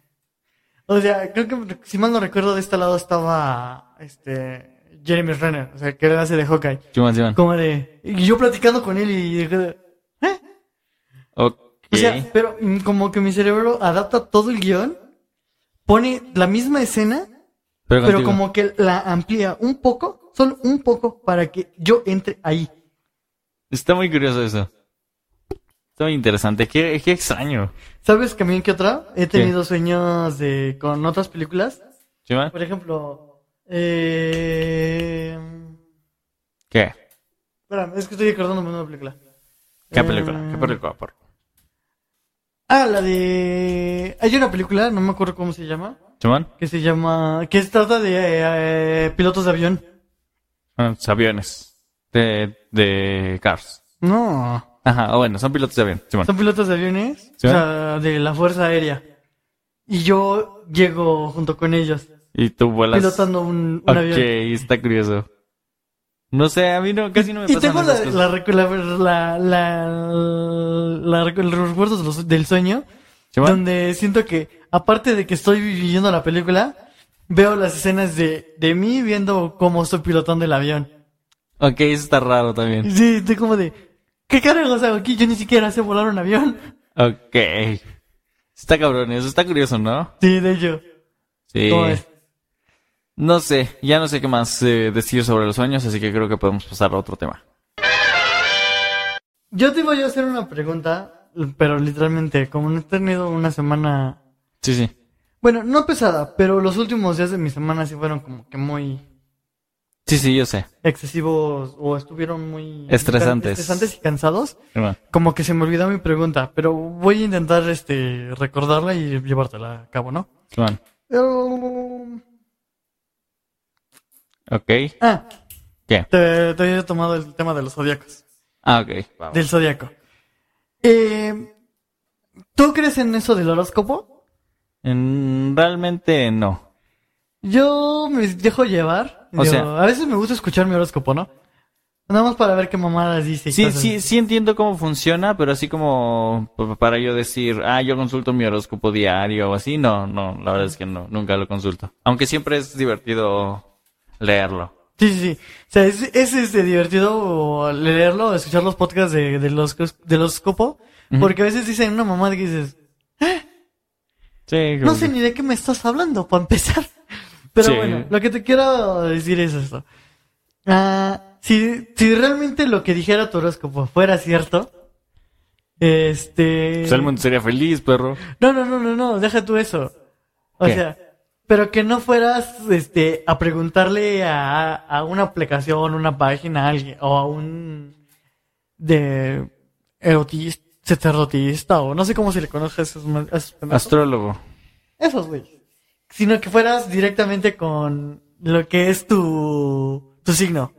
o sea, creo que si mal no recuerdo de este lado estaba, este, Jeremy Renner, o sea, que era hace de Hawkeye,
Sí, man, sí, man.
como de, y yo platicando con él y dije, ¿eh?
Ok.
O sea, pero mm, como que mi cerebro adapta todo el guión, pone la misma escena,
Pero,
pero
continúa.
como que la amplía un poco, solo un poco, para que yo entre ahí.
Está muy curioso eso. Está muy interesante. Qué, qué extraño.
¿Sabes también qué otra? He tenido sueños de, con otras películas.
¿Sí, man?
Por ejemplo, eh...
¿Qué?
espérame, es que estoy acordándome de una película.
¿Qué
Eh,
película? ¿Qué película? Por...
Ah, la de... Hay una película, no me acuerdo cómo se llama,
¿Sí, man?
que se llama... que se trata de eh, eh, pilotos de avión.
Ah, los aviones. De, de Cars.
No,
Ajá, ah, bueno, son pilotos de avión. Sí, man.
son pilotos de aviones,
¿Sí?
o sea, de la Fuerza Aérea. Y yo llego junto con ellos,
Y tú vuelas.
pilotando un, un
ok,
avión.
está curioso. No sé, a mí no, casi no me
Y
pasan
tengo
esas
la,
cosas.
la, recu- la, la, la- la recu- los recuerdos de los- del sueño,
¿Sí, man?
donde siento que, aparte de que estoy viviendo la película, veo las escenas de, de mí viendo cómo estoy pilotando el avión.
Ok, eso está raro también.
Sí, estoy como de, ¿qué carajos hago aquí? Yo ni siquiera sé volar un avión. *laughs*
Ok. Está cabrón, eso está curioso, ¿no?
Sí, de hecho.
Sí.
¿Cómo ves?
No sé, ya no sé qué más eh, decir sobre los sueños, así que creo que podemos pasar a otro tema.
Yo te voy a hacer una pregunta, pero literalmente, como no he tenido una semana,
Sí, sí.
bueno, no pesada, pero los últimos días de mi semana sí fueron como que muy
Sí, sí, yo sé.
excesivos o estuvieron muy
Estresantes.
estresantes y cansados.
Sí, man.
Como que se me olvidó mi pregunta, pero voy a intentar este recordarla y llevártela a cabo, ¿no?
Sí, man.
Eh,
Ok.
Ah,
¿Qué?
te, te había tomado el tema de los zodiacos,
Ah, ok. Vamos.
del zodiaco. Eh, ¿Tú crees en eso del horóscopo?
Mm, Realmente no.
Yo me dejo llevar.
O
Yo-
sea-
a veces me gusta escuchar mi horóscopo, ¿no? Nada más para ver qué mamadas dice. y
Sí,
cosas
sí,
así.
sí entiendo cómo funciona, pero así como p- para yo decir, ah, yo consulto mi horóscopo diario o así, no, no, la verdad es que no, nunca lo consulto. Aunque siempre es divertido leerlo.
Sí, sí, sí. O sea, es, es, este, divertido leerlo, escuchar los podcasts de, de los del horóscopo,
Ujú.
porque a veces dicen una mamá que dices,
Sí,
no sé ni de qué me estás hablando, para empezar. *laughs* Pero
Sí.
bueno, lo que te quiero decir es esto. Ah, si, si realmente lo que dijera tu horóscopo fuera cierto, este...
Pues el mundo sería feliz, perro.
No, no, no, no, no, deja tú eso. O
¿Qué?
sea, pero que no fueras este, a preguntarle a, a una aplicación, una página, a alguien, o a un de erotista, sacerdotista, o no sé cómo se le conoce a esos, man- a esos pendejos.
Astrólogo.
Esos, güey. Sino que fueras directamente con lo que es tu, tu signo.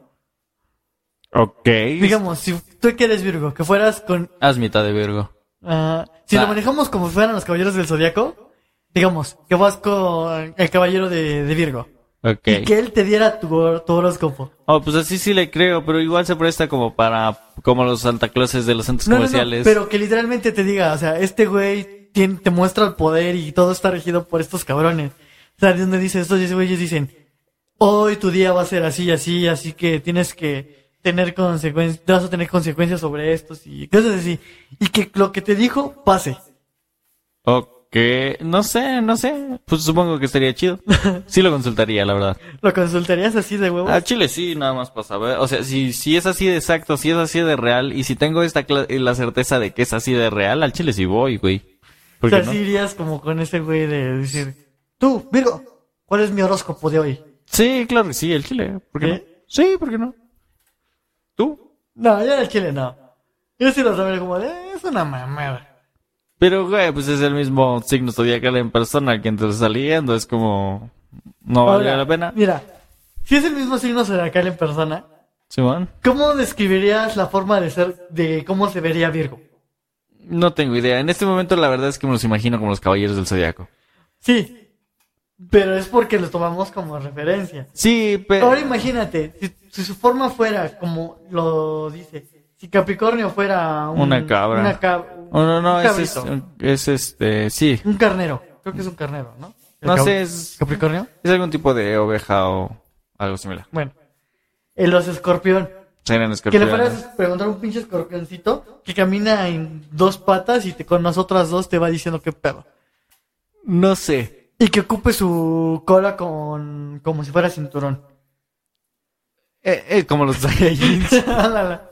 Ok.
Digamos, si tú que eres Virgo, que fueras con
Haz mitad de Virgo.
Ah, si lo
Ah.
manejamos como fueran los caballeros del zodiaco, digamos que vas con el caballero de, de Virgo
Ok.
y que él te diera tu, hor- tu horóscopo.
Oh, pues así sí le creo, pero igual se presta como para, como los santacloses de los centros
No, no, no,
comerciales.
pero que literalmente te diga, o sea, este güey tiene- te muestra el poder y todo está regido por estos cabrones. O sea, de donde dice estos güeyes dicen, hoy tu día va a ser así, así, así que tienes que tener consecuencias, vas a tener consecuencias sobre estos y cosas así. Y que lo que te dijo pase.
Ok. No sé, no sé. Pues supongo que estaría
*laughs*
chido. Sí lo consultaría, la verdad.
¿Lo consultarías así de huevo?
A Chile sí, nada más para saber. O sea, si, si es así de exacto, si es así de real, y si tengo esta cla- la certeza de que es así de real, al Chile sí voy, güey.
O
¿Por
sea,
qué no?
sí irías como con ese güey de decir, tú, Virgo, ¿cuál es mi horóscopo de hoy?
Sí, claro que sí, el Chile. ¿Por qué
¿Sí?
no? Sí, ¿por qué no? ¿Tú?
No, yo al chile no. Yo sí lo sabría como de, "Eh, es una mamada.
Pero, güey, pues es el mismo signo zodiacal en persona que entre saliendo. Es como. No vale
Ahora,
la pena.
Mira, si es el mismo signo zodiacal en persona,
Simón.
¿cómo describirías la forma de ser, de cómo se vería Virgo?
No tengo idea. En este momento, la verdad es que me los imagino como los caballeros del zodiaco.
Sí, pero es porque lo tomamos como referencia.
Sí, pero.
Ahora imagínate, si, si su forma fuera como lo dice, si Capricornio fuera un-
Una cabra.
una cab-
Oh, no, no,
un
es, es,
cabrito.
es este. Sí.
Un carnero. Creo que es un carnero, ¿no?
No
El cab-
sé, es,
¿Capricornio?
es algún tipo de oveja o algo similar.
Bueno. El los escorpión.
Serían
Que le
escorpiones.
fueras a preguntar a un pinche escorpioncito que camina en dos patas y te, con las otras dos te va diciendo qué pedo.
No sé.
Y que ocupe su cola con como si fuera cinturón. *laughs*
Eh, eh, como los Saiyajins.
Ala.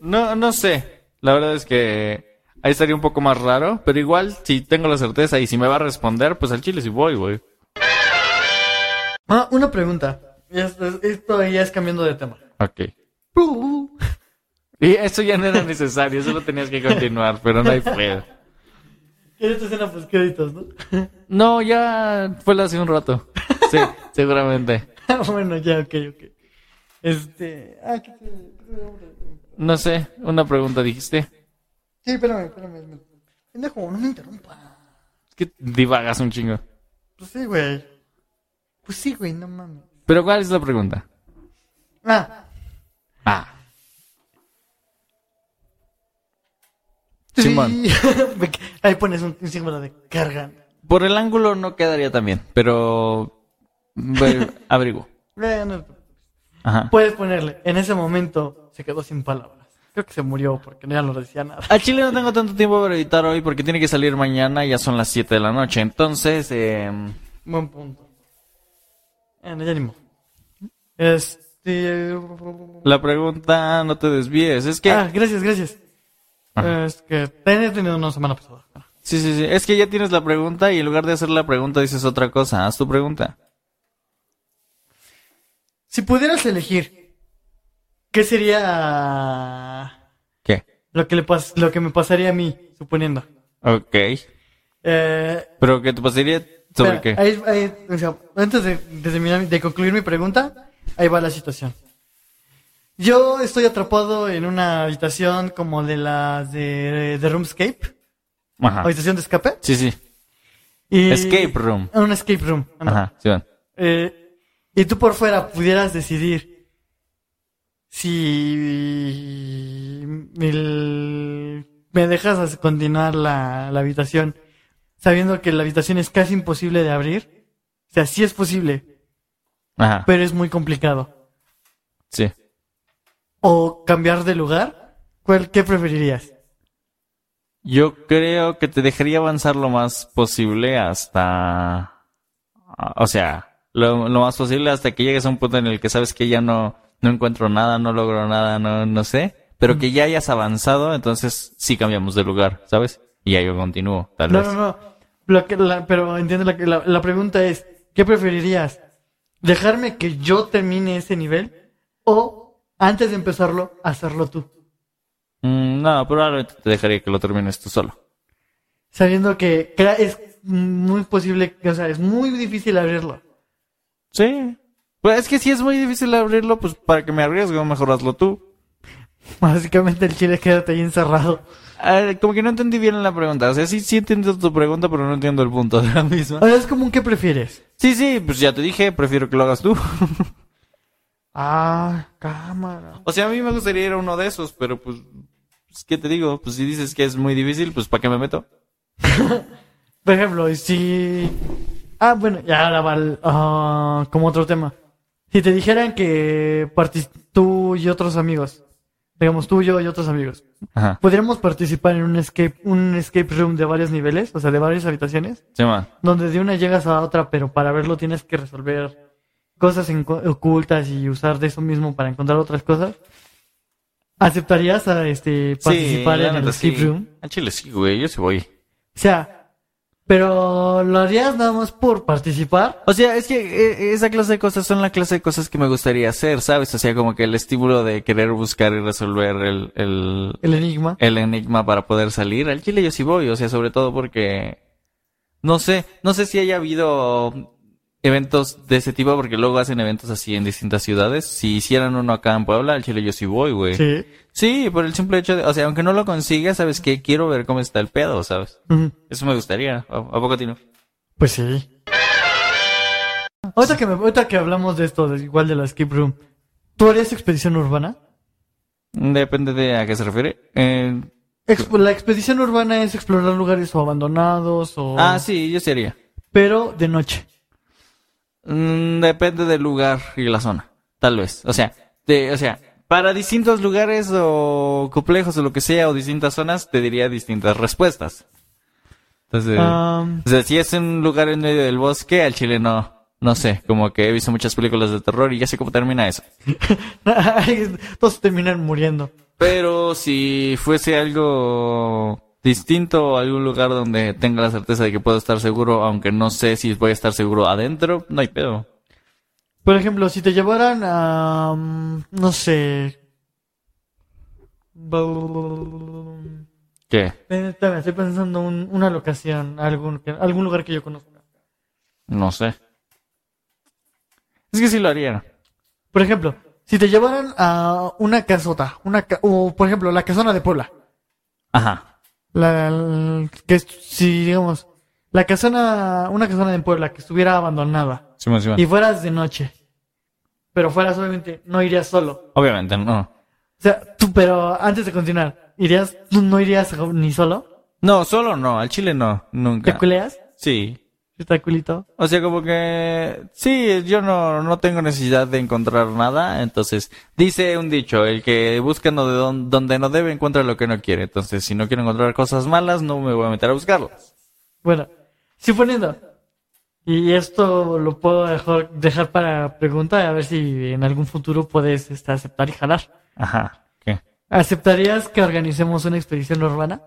No, no sé. La verdad es que ahí estaría un poco más raro, pero igual si tengo la certeza y si me va a responder, pues al chile sí voy, güey.
Ah, una pregunta. Esto, es- esto ya es cambiando de tema.
Ok. Y eso ya no era necesario, solo tenías que continuar, pero no hay pedo.
Esta escena pues créditos, ¿no? *laughs*
No, ya fue la hace un rato. Sí, seguramente.
Ah, bueno, ya, ok, ok. Este. Ah, ¿qué te- qué te iba a preguntar?
No sé, una pregunta dijiste.
Sí, espérame, espérame. me- Pendejo, no me interrumpa.
Es que divagas un chingo.
Pues sí, güey. Pues sí, güey, no mames.
Pero ¿cuál es la pregunta?
Ah,
Ah,
sí.
Simón.
*laughs* Me ca- Ahí pones un, un símbolo de carga.
por el ángulo no quedaría tan bien, pero *laughs* bueno, averiguo.
Eh, no te preocupes.
Ajá.
Puedes ponerle. En ese momento se quedó sin palabras. Creo que se murió porque no ya no decía nada. *laughs*
Al Chile no tengo tanto tiempo para editar hoy porque tiene que salir mañana, ya son las 7 de la noche. Entonces, eh,
Buen punto. Bueno, ya ni modo. Este.
la pregunta "Ah, no te desvíes. Es que...
Ah, gracias, gracias.
Ajá.
Es que he tenido una semana pasada.
Sí, sí, sí. Es que ya tienes la pregunta y en lugar de hacer la pregunta dices otra cosa. Haz tu pregunta.
Si pudieras elegir, ¿qué sería
¿Qué?
lo que, le pas- lo que me pasaría a mí, suponiendo?
Ok.
Eh,
¿Pero qué te pasaría sobre
espera,
qué?
ahí- ahí- o sea, antes de, de terminar- de concluir mi pregunta, ahí va la situación. Yo estoy atrapado en una habitación como de las de, de Roomscape,
Ajá.
habitación de escape.
Sí, sí.
Y- Ah,
Ah. Escape room.
Un escape room. anda.
Ajá. Sí, van.
Eh, y tú por fuera pudieras decidir si el- me dejas as- continuar la, la habitación, sabiendo que la habitación es casi imposible de abrir. O sea, sí es posible,
Ajá.
pero es muy complicado.
Sí.
O cambiar de lugar, ¿cuál, ¿qué preferirías?
Yo creo que te dejaría avanzar lo más posible hasta... ah, O sea, lo, lo más posible hasta que llegues a un punto en el que sabes que ya no, no encuentro nada, no logro nada, no, no sé. Pero que ya hayas avanzado, entonces sí cambiamos de lugar, ¿sabes? Y ya yo continúo, tal
No,
vez.
no, no. Lo que- la- pero entiendo, la, la- la pregunta es, ¿qué preferirías? ¿Dejarme que yo termine ese nivel? ¿O antes de empezarlo, hacerlo tú?
Mm, no, probablemente te dejaría que lo termines tú solo.
Sabiendo que crea- es muy posible, o sea, es muy difícil abrirlo. *laughs*
Sí. Pues es que si es muy difícil abrirlo, pues para que me arriesgo, mejor hazlo tú.
Básicamente el chile quédate ahí encerrado.
Ah, como que no entendí bien la pregunta. O sea, sí, sí entiendo tu pregunta, pero no entiendo el punto de la misma.
O sea, es como un ¿qué prefieres?
Sí, sí, pues ya te dije, prefiero que lo hagas tú. *laughs*
Ah, cámara.
O sea, a mí me gustaría ir a uno de esos, pero pues, pues, ¿qué te digo? Pues si dices que es muy difícil, pues ¿para qué me meto?
Por ejemplo, y si... Ah, bueno, ya ahora va el- ah, como otro tema. Si te dijeran que partic- tú y otros amigos, digamos tú, yo y otros amigos,
Ajá.
podríamos participar en un escape, un escape room de varios niveles, o sea, de varias habitaciones,
Sí, man.
donde de una llegas a otra, pero para verlo tienes que resolver cosas enco- ocultas y usar de eso mismo para encontrar otras cosas. ¿Aceptarías a este participar
Sí, la
en el
neta,
escape
sí.
room?
Al chile sí, güey, yo sí voy.
O sea, pero lo harías nada más por participar.
O sea, es que eh, esa clase de cosas son la clase de cosas que me gustaría hacer, ¿sabes? O sea, como que el estímulo de querer buscar y resolver el, el,
El enigma.
el enigma para poder salir. Al Chile yo sí voy, o sea, sobre todo porque no sé, no sé si haya habido eventos de ese tipo, porque luego hacen eventos así en distintas ciudades. Si hicieran uno acá en Puebla, al Chile yo sí voy, güey. Eh, Sí.
Sí.
por el simple hecho de, o sea, aunque no lo consiga, ¿sabes qué? Quiero ver cómo está el pedo, ¿sabes?
Ujú.
Eso me gustaría. ¿A, a poco tino?
Pues sí. Ahorita que, me- ahorita que hablamos de esto, de- igual de la escape room, ¿tú harías expedición urbana?
Depende de a qué se refiere. Eh,
Exp- la expedición urbana es explorar lugares o abandonados o...
Ah, sí, yo sí haría.
Pero de noche.
Mm, depende del lugar y la zona, tal vez. O sea, te- o sea, para distintos lugares o complejos o lo que sea o distintas zonas te diría distintas respuestas. Entonces,
Am, *laughs*
o sea, si es un lugar en medio del bosque, al chile no. No sé, como que he visto muchas películas de terror y ya sé cómo termina eso.
todos terminan muriendo.
Pero si fuese algo distinto, algún lugar donde tenga la certeza de que puedo estar seguro, aunque no sé si voy a estar seguro adentro, no hay pedo.
Por ejemplo, si te llevaran a... mm, No sé... Espérame,
¿Qué?
Estoy pensando un- una locación, algún, que- algún lugar que yo conozca.
No sé. Es que sí lo haría.
Por ejemplo, si te llevaran a una casota, una ca- o por ejemplo, la casona de Puebla.
Ajá.
La, el- que es- si digamos, la casona, una casona de Puebla que estuviera abandonada
Simón, Simón.
y fueras de noche, pero fueras obviamente, no irías solo.
Obviamente, no.
O sea, tú, pero antes de continuar, irías, tú no irías ni solo,
No, solo no, al chile no,
te
nunca.
culeas,
Sí.
está culito.
O sea, como que sí, yo no, no tengo necesidad de encontrar nada, entonces dice un dicho, el que busca no de don- donde no debe encuentra lo que no quiere, entonces si no quiero encontrar cosas malas no me voy a meter a buscarlas.
Bueno, suponiendo, y esto lo puedo dejar, dejar para pregunta, a ver si en algún futuro puedes este, aceptar y jalar.
Ajá. ¿Qué?
¿Aceptarías que organicemos una expedición urbana?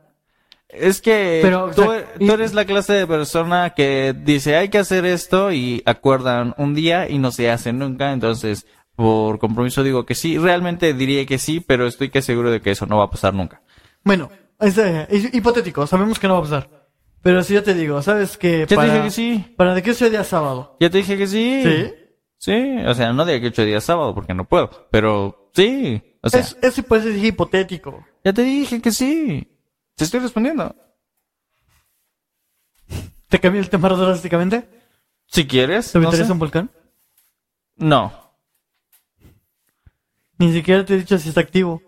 Es que
Pero, o
tú, e-,
sea,
tú eres la clase de persona que dice hay que hacer esto y acuerdan un día y no se hace nunca, entonces por compromiso digo que sí, realmente diría que sí, pero estoy que seguro de que eso no va a pasar nunca.
Bueno, es, eh, es hipotético, sabemos que no va a pasar. Pero si yo te digo, ¿sabes que
Ya te dije que sí.
¿Para de qué sea día sábado?
Ya te dije que sí.
Sí.
Sí, o sea, no diga que ocho días sábado porque no puedo, pero sí, o sea,
es, eso pues es hipotético.
ya te dije que sí. Te estoy respondiendo.
¿Te cambió el tema *laughs* drásticamente?
Si quieres.
¿Te
no
meterías
sé.
a un volcán?
No.
Ni siquiera te he dicho si está activo.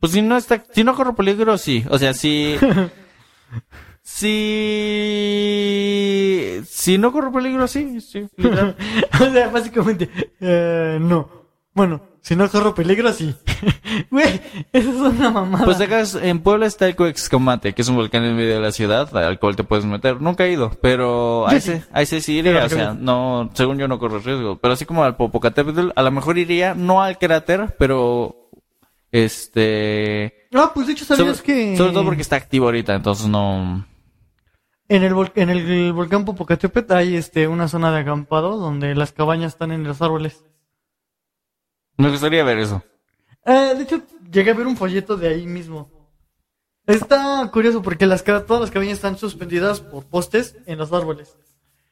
Pues si no está, si no corro peligro, sí. O sea,
*laughs*
si, si, si no corro peligro, sí, sí. literal.
*laughs* o sea, básicamente, eh, no. Bueno, si no corro peligro, sí. *laughs* Güey, eso es una mamada. *laughs*
Pues acá es- en Puebla está el Coexcomate, que es un volcán en medio de la ciudad, al cual te puedes meter. Nunca he ido, pero a
Yo sí.
ese, a ese sí
Yo
iría,
lo
o sea,
recomiendo.
no, según yo no corro riesgo. Pero así como al Popocatépetl, a lo mejor iría, no al cráter, pero, este,
Ah, pues de hecho,
sobre,
¿sabías que...?
sobre todo porque está activo ahorita, entonces no,
En el, vol- en el, el volcán Popocatépetl hay este, una zona de acampado donde las cabañas están en los árboles.
me gustaría ver eso.
Eh, de hecho, llegué a ver un folleto de ahí mismo. Está curioso porque las, ca- todas las cabañas están suspendidas por postes en los árboles.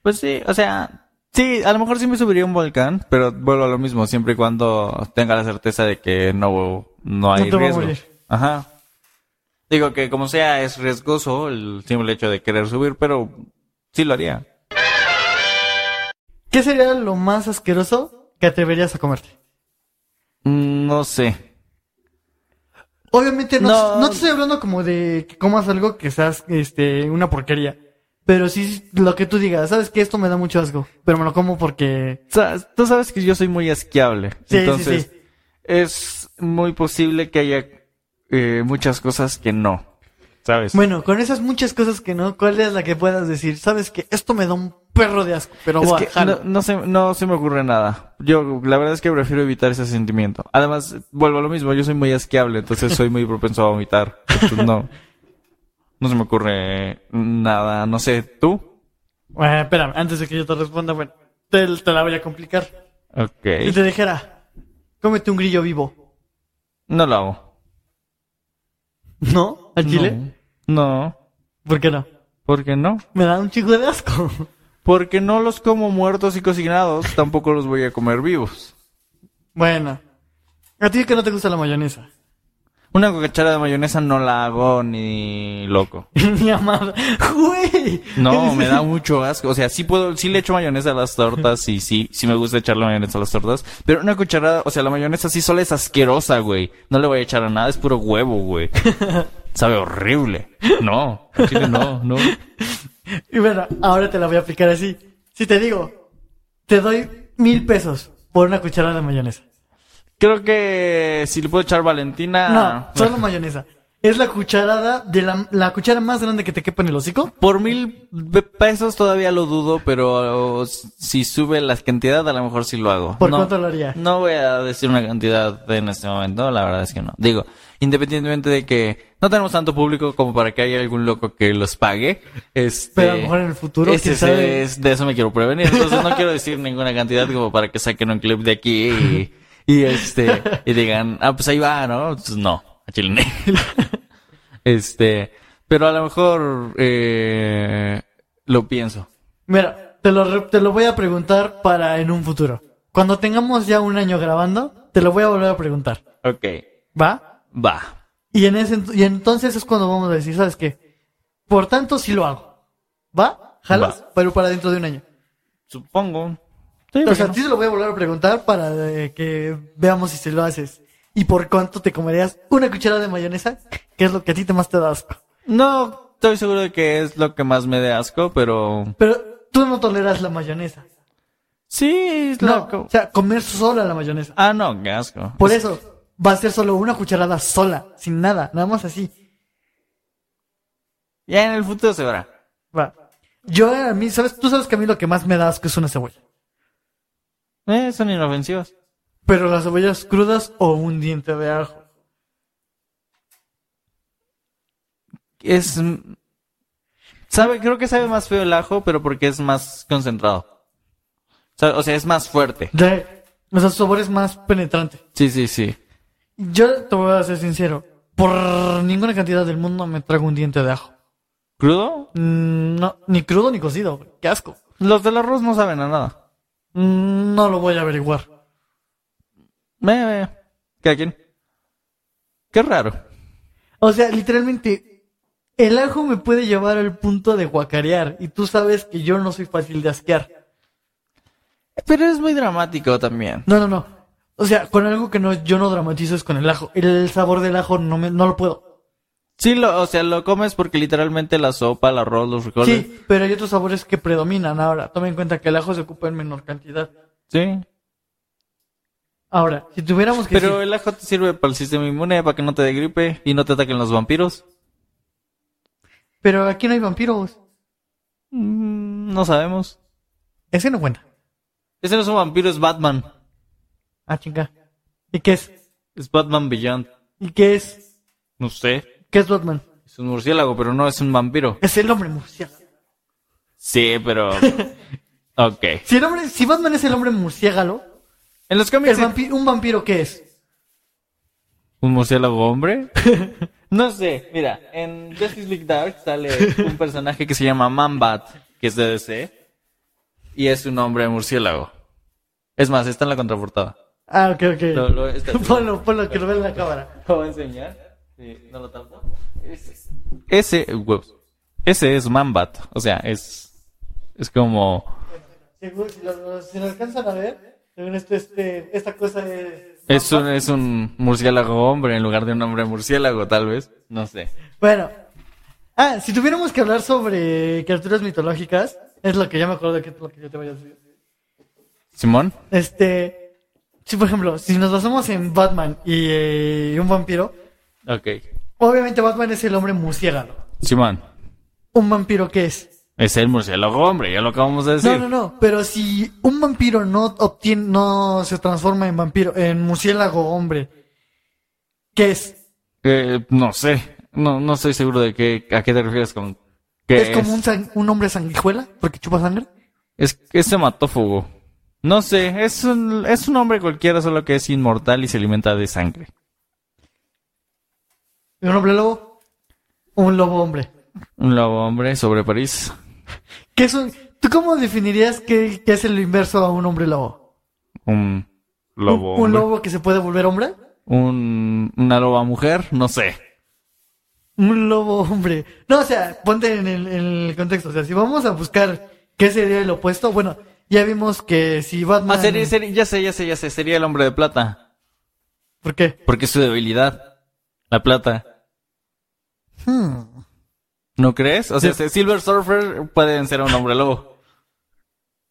Pues sí, o sea, sí, a lo mejor sí me subiría a un volcán, pero vuelvo a lo mismo, siempre y cuando tenga la certeza de que no, no hay
No te va a
riesgo.
morir.
Ajá. Digo que como sea, es riesgoso el simple hecho de querer subir, pero sí lo haría.
¿Qué sería lo más asqueroso que atreverías a comerte?
Mm, No sé.
Obviamente no,
No.
no te estoy hablando como de que comas algo que seas este, una porquería. Pero sí lo que tú digas, sabes que esto me da mucho asco, pero me lo como porque...
Sa- Tú sabes que yo soy muy asqueable.
Sí, sí,
entonces,
sí.
es muy posible que haya eh, muchas cosas que no. ¿Sabes?
Bueno, con esas muchas cosas que no, ¿cuál es la que puedas decir? Sabes que esto me da un perro de asco, pero
Es
voy a
que
dejarlo.
no, no se, no se me ocurre nada. Yo, la verdad es que prefiero evitar ese sentimiento. Además, vuelvo a lo mismo, yo soy muy asqueable, entonces soy muy propenso a vomitar. Entonces, no. No se me ocurre nada, no sé, ¿tú?
Bueno, Eh, espérame, antes de que yo te responda, bueno, te, te la voy a complicar. Si
Ok.
te dijera, cómete un grillo vivo,
No lo hago.
¿no? ¿Al chile?
No. No.
¿Por qué no?
¿Por qué no?
Me da un chico de asco.
Porque no los como muertos y cocinados, tampoco los voy a comer vivos.
bueno, a ti que no te gusta la mayonesa.
Una cucachara de mayonesa no la hago ni loco.
*laughs* Mi amada, güey.
No,
*laughs* Eres-
me da mucho asco. O sea, sí puedo, sí le echo mayonesa a las tortas y sí, sí me gusta echarle mayonesa a las tortas. Pero una cucharada, o sea, la mayonesa sí sola es asquerosa, güey. No le voy a echar a nada, es puro huevo, güey. Sabe horrible. No, al chile no, no.
Y bueno, ahora te la voy a aplicar así. Si te digo, te doy mil pesos por una cucharada de mayonesa.
Creo que si le puedo echar Valentina.
No, solo mayonesa. Es la cucharada de la, la cuchara más grande que te quepa en el hocico.
Por mil be- pesos todavía lo dudo, pero oh, si sube la cantidad, a lo mejor sí lo hago.
¿Por
No-
cuánto lo haría?
No voy a decir una cantidad en este momento, la verdad es que no. Digo, independientemente de que no tenemos tanto público como para que haya algún loco que los pague, este,
Pero a lo mejor en el futuro,
ese
quién
es-
sabe.
es- de eso me quiero prevenir. Entonces no quiero decir ninguna cantidad como para que saquen un clip de aquí y, y, este, y digan, ah, pues ahí va, ¿no? Pues no, a Chile no. *laughs* Este, pero a lo mejor, eh, lo pienso.
Mira, te lo, re- te lo voy a preguntar para en un futuro. Cuando tengamos ya un año grabando, te lo voy a volver a preguntar.
Ok,
¿Va?
va.
Y en ese ent- y entonces es cuando vamos a decir, ¿sabes qué? Por tanto, sí lo hago. ¿Va? ¿Jalas? Pero para dentro de un año.
Supongo.
o sea, sí se lo voy a volver a preguntar para eh, que veamos si se lo haces. ¿Y por cuánto te comerías una cucharada de mayonesa? Que es lo que a ti te más te da asco.
No, estoy seguro de que es lo que más me da asco, pero
Pero tú no toleras la mayonesa.
sí, es
No, Pues
loco.
o sea, comer sola la mayonesa.
Ah, no, qué asco.
Por eso, va a ser solo una cucharada sola, sin nada, nada más así.
Ya en el futuro se verá.
Va. Yo eh, a mí, ¿sabes? Tú sabes que a mí lo que más me da asco es una cebolla.
Eh, son inofensivos.
Pero las cebollas crudas o un diente de ajo.
Es mm, sabe, creo que sabe más feo el ajo, pero porque es más concentrado. O sea, o sea, es más fuerte.
De, o sea, su sabor es más penetrante.
Sí, sí, sí.
Yo te voy a ser sincero. Por ninguna cantidad del mundo me trago un diente de ajo.
¿Crudo?
Mm, No, ni crudo ni cocido. güey. Qué asco.
Los del arroz no saben a nada.
Mm, No lo voy a averiguar.
Me, me. ¿Qué quién? Qué raro.
O sea, literalmente, el ajo me puede llevar al punto de guacarear. Y tú sabes que yo no soy fácil de asquear.
Pero es muy dramático también.
No, no, no. O sea, con algo que no, yo no dramatizo es con el ajo. El sabor del ajo no me, no lo puedo.
Sí, lo, o sea, lo comes porque literalmente la sopa, el arroz, los frijoles.
Sí, pero hay otros sabores que predominan ahora. Toma en cuenta que el ajo se ocupa en menor cantidad.
Sí.
Ahora, si tuviéramos que
Pero
decir-
el ajo te sirve para el sistema inmune, para que no te dé gripe y no te ataquen los vampiros.
pero aquí no hay vampiros.
Mm, no sabemos.
Ese no cuenta.
Ese no es un vampiro, es Batman.
Ah, chinga. ¿Y qué es?
Es Batman Beyond.
¿Y qué es?
No sé.
¿Qué es Batman?
Es un murciélago, pero no es un vampiro.
Es el hombre murciélago.
Sí, *laughs* pero... ok.
Si el hombre, si Batman es el hombre murciélago,
En los
el
cómics...
vampi- un vampiro qué es?
¿Un murciélago hombre? *laughs* no sé. Mira, en Justice League Dark sale un personaje que se llama Mambat, que es de DC. Y es un hombre murciélago. Es más, está en la contraportada.
Ah, ok, ok.
Lo-
*laughs*
lo- está-
ponlo, ponlo, que lo vea en la cámara.
¿Lo voy a enseñar? Sí, no lo tapo. Ese. Ese, eh, huevos. Ese es Mambat. O sea, es. Es como.
Según- Si lo, lo- si lo alcanzan a ver, según esto, este, esta cosa es...
Es un, es un murciélago hombre en lugar de un hombre murciélago, tal vez. No sé.
Bueno. Ah, si tuviéramos que hablar sobre criaturas mitológicas, es lo que ya me acuerdo que es lo que yo te voy a decir.
¿Simón?
Este, si por ejemplo, si nos basamos en Batman y eh, un vampiro,
Ok.
obviamente Batman es el hombre murciélago.
Simón.
¿Un vampiro qué es?
Es el murciélago hombre, ya lo acabamos de decir.
No, no, no, pero si un vampiro no obtiene, no se transforma en vampiro, en murciélago hombre, ¿qué es?
Eh, no sé. No, no estoy seguro de qué, a qué te refieres con. ¿Qué
¿Es, como un, sang- un hombre sanguijuela? ¿Porque chupa sangre?
Es, es hematófago. No sé, es un, es un hombre cualquiera, solo que es inmortal y se alimenta de sangre.
¿Y ¿Un hombre lobo? Un lobo hombre.
Un lobo hombre sobre París.
¿Qué es un- ¿Tú cómo definirías que, que es el inverso a un hombre lobo?
Un lobo
¿Un, un
hombre.
lobo que se puede volver hombre?
Un- una loba mujer, no sé.
Un lobo hombre. No, o sea, ponte en el, en el contexto. O sea, si vamos a buscar qué sería el opuesto, bueno, ya vimos que si Batman.
Ah, sería- sería- ya sé, ya sé, ya sé. Sería el hombre de plata.
¿Por qué?
Porque es su debilidad. La plata.
Hmm.
¿No crees? O sea, si Silver Surfer pueden ser un hombre lobo.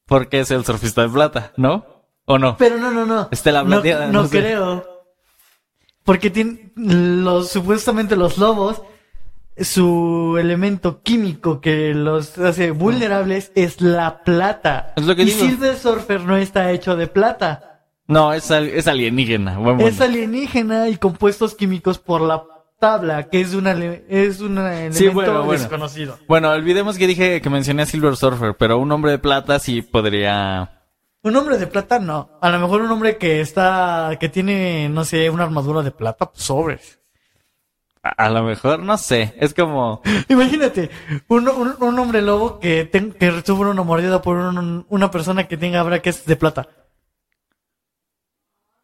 Porque es el surfista de plata, ¿no? ¿O no?
Pero no, no, no.
Estela
no,
Blandiana,
no
no sé.
creo. Porque tienen los, supuestamente los lobos, su elemento químico que los hace vulnerables es la plata.
Es lo que
y
digo.
Silver Surfer no está hecho de plata.
No, es, al- es alienígena. Vamos.
Es alienígena y compuestos químicos por la tabla, que es un ale- es un elemento
Sí, bueno, bueno.
desconocido.
Bueno, olvidemos que dije que mencioné a Silver Surfer, pero un hombre de plata sí podría.
Un hombre de plata no. A lo mejor un hombre que está, que tiene, no sé, una armadura de plata, pues, sobres.
A, a lo mejor, no sé. Es como.
*laughs* Imagínate, un, un- un hombre lobo que, ten- que sufre una mordida por un- una persona que tenga brackets de plata.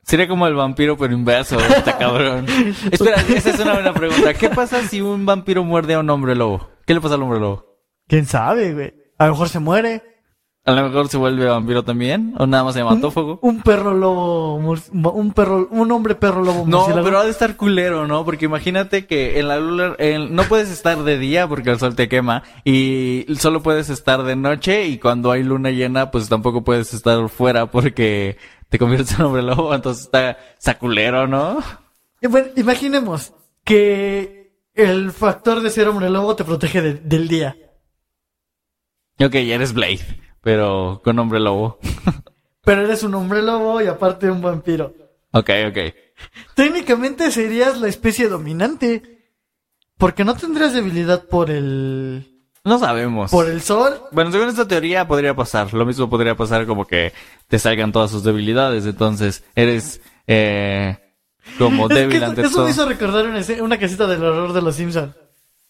Sería como el vampiro, pero inverso. Está cabrón. Espera, esa es una buena pregunta. ¿Qué pasa si un vampiro muerde a un hombre lobo? ¿Qué le pasa al hombre lobo?
¿Quién sabe, güey? A lo mejor se muere.
A lo mejor se vuelve vampiro también, o nada más
Mm.
hematófago.
Un perro lobo, mur- un perro, un hombre perro lobo
No,
murciélago.
pero ha de estar culero, ¿no? Porque imagínate que en la luna en- no puedes estar de día porque el sol te quema y solo puedes estar de noche y cuando hay luna llena pues tampoco puedes estar fuera porque te conviertes en hombre lobo, entonces está, está culero, ¿no?
Y bueno, imaginemos que el factor de ser hombre lobo te protege de- del día.
Ok, ya eres Blade, pero con hombre lobo.
Pero eres un hombre lobo y aparte un vampiro.
Ok, ok.
Técnicamente serías la especie dominante. Porque no tendrías debilidad por el.
No sabemos.
por el sol.
Bueno, según esta teoría podría pasar. Lo mismo podría pasar como que te salgan todas sus debilidades. Entonces, eres eh, como
Es que
débil
eso-
ante
eso
todo.
me hizo recordar una, escena- una casita del horror de los Simpsons.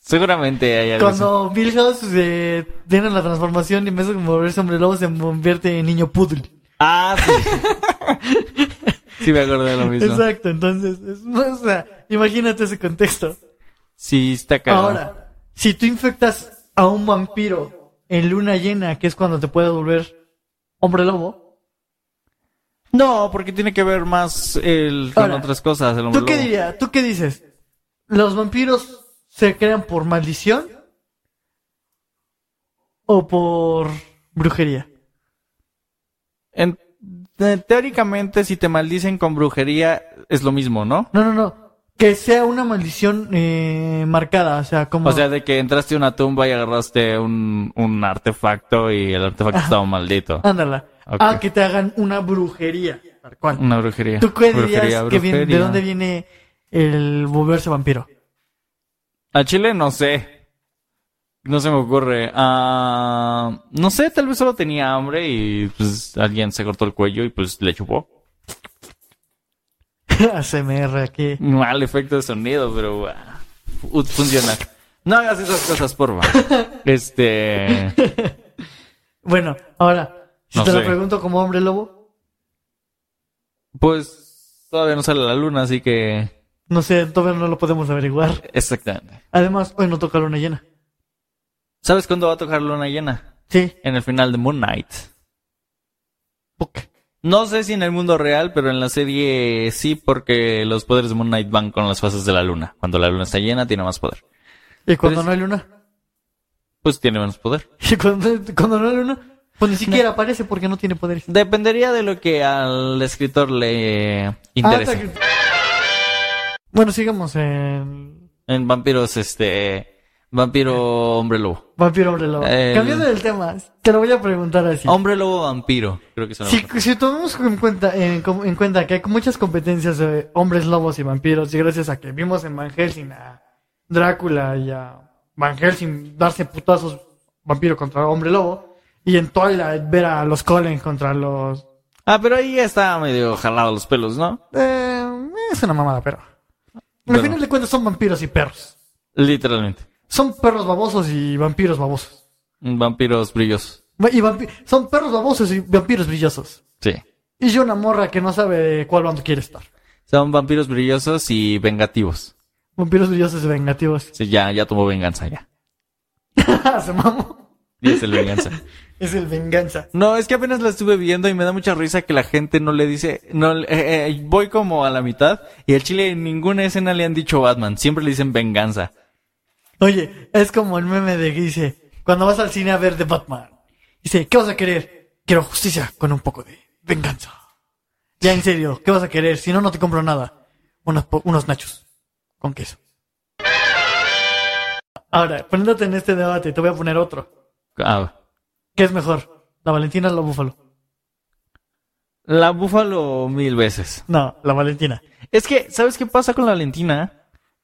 Seguramente hay algo. así.
Cuando Milhouse eh, tiene la transformación y en vez de volverse hombre lobo se convierte en niño poodle.
Ah, sí.
*laughs*
sí, me acuerdo de lo mismo.
Exacto, entonces, es- o sea, imagínate ese contexto.
Sí, está cagado.
Ahora, si tú infectas a un vampiro en luna llena, que es cuando te puede volver hombre lobo,
No, porque tiene que ver más el, con
Ahora,
otras cosas. El hombre
¿tú qué
lobo.
dirías? ¿Tú qué dices? ¿Los vampiros se crean por maldición o por brujería?
En- te- teóricamente, si te maldicen con brujería, es lo mismo, ¿no?
No, no, no. Que sea una maldición eh, marcada, o sea, como...
O sea, de que entraste a una tumba y agarraste un, un artefacto y el artefacto estaba maldito.
ándala.
Ok.
Ah, que te hagan una brujería. Tal cual.
Una brujería.
¿Tú qué
Brujería,
dirías que viene- de
brujería.
dónde viene el volverse vampiro? *laughs*
A Chile no sé. No se me ocurre. Ah, no sé, tal vez solo tenía hambre y pues alguien se cortó el cuello y pues le chupó.
ASMR aquí.
Mal efecto de sonido, pero ah, fu- funciona. No hagas esas cosas, porfa. Este.
Bueno, ahora, si
No
te lo
sé.
pregunto como hombre lobo,
Pues todavía no sale la luna, así que.
no sé, todavía no lo podemos averiguar.
Exactamente.
Además, hoy no toca luna llena.
¿Sabes cuándo va a tocar luna llena?
Sí,
En el final de Moon Knight.
ok.
No sé si en el mundo real, pero en la serie sí, porque los poderes de Moon Knight van con las fases de la luna. Cuando la luna está llena, tiene más poder.
¿Y cuando
es-
no hay luna? *laughs*
Pues tiene menos poder.
¿Y cuando, cuando no hay luna? Pues ni siquiera aparece porque no tiene poderes. Ah,
Dependería de lo que al escritor le interese.
Ah, está que- Bueno, sigamos en
En vampiros, este. Vampiro, hombre lobo.
Vampiro Hombre Lobo.
El-
Cambiando del tema, te lo voy a preguntar así.
Hombre lobo, vampiro. Creo que es una
Si,
mujer.
si tomamos en cuenta, en, com- en cuenta que hay muchas competencias de hombres lobos y vampiros, y gracias a que vimos en Van Helsing a Drácula y a Van Helsing darse putazos vampiro contra hombre lobo, y en Twilight ver a los Colin contra los...
Ah, pero ahí está medio jalado los pelos, ¿no?
eh, es una mamada, pero... Al
Bueno.
final de cuentas son vampiros y perros.
Literalmente.
Son perros babosos y vampiros babosos.
Vampiros brillos.
Va- Y vampi- son perros babosos y vampiros brillosos.
Sí.
Y yo una morra que no sabe de cuál bando quiere estar.
Son vampiros brillosos y vengativos.
Vampiros brillosos y vengativos.
Sí, ya, ya tomó venganza, ya.
*laughs* Se mamó.
Y es
*laughs*
el venganza.
Es el venganza.
No, es que apenas la estuve viendo y me da mucha risa que la gente no le dice, no, le- eh, eh, voy como a la mitad y al chile en ninguna escena le han dicho Batman, siempre le dicen venganza.
Oye, es como el meme de que dice, cuando vas al cine a ver The Batman, dice, ¿qué vas a querer? Quiero justicia con un poco de venganza. Ya en serio, ¿qué vas a querer? Si no, no te compro nada. unos, po- unos nachos con queso. Ahora, poniéndote en este debate, te voy a poner otro.
Ah,
¿Qué es mejor? ¿La Valentina o la Búfalo?
la búfalo mil veces.
No, la Valentina.
Es que, ¿sabes qué pasa con la Valentina?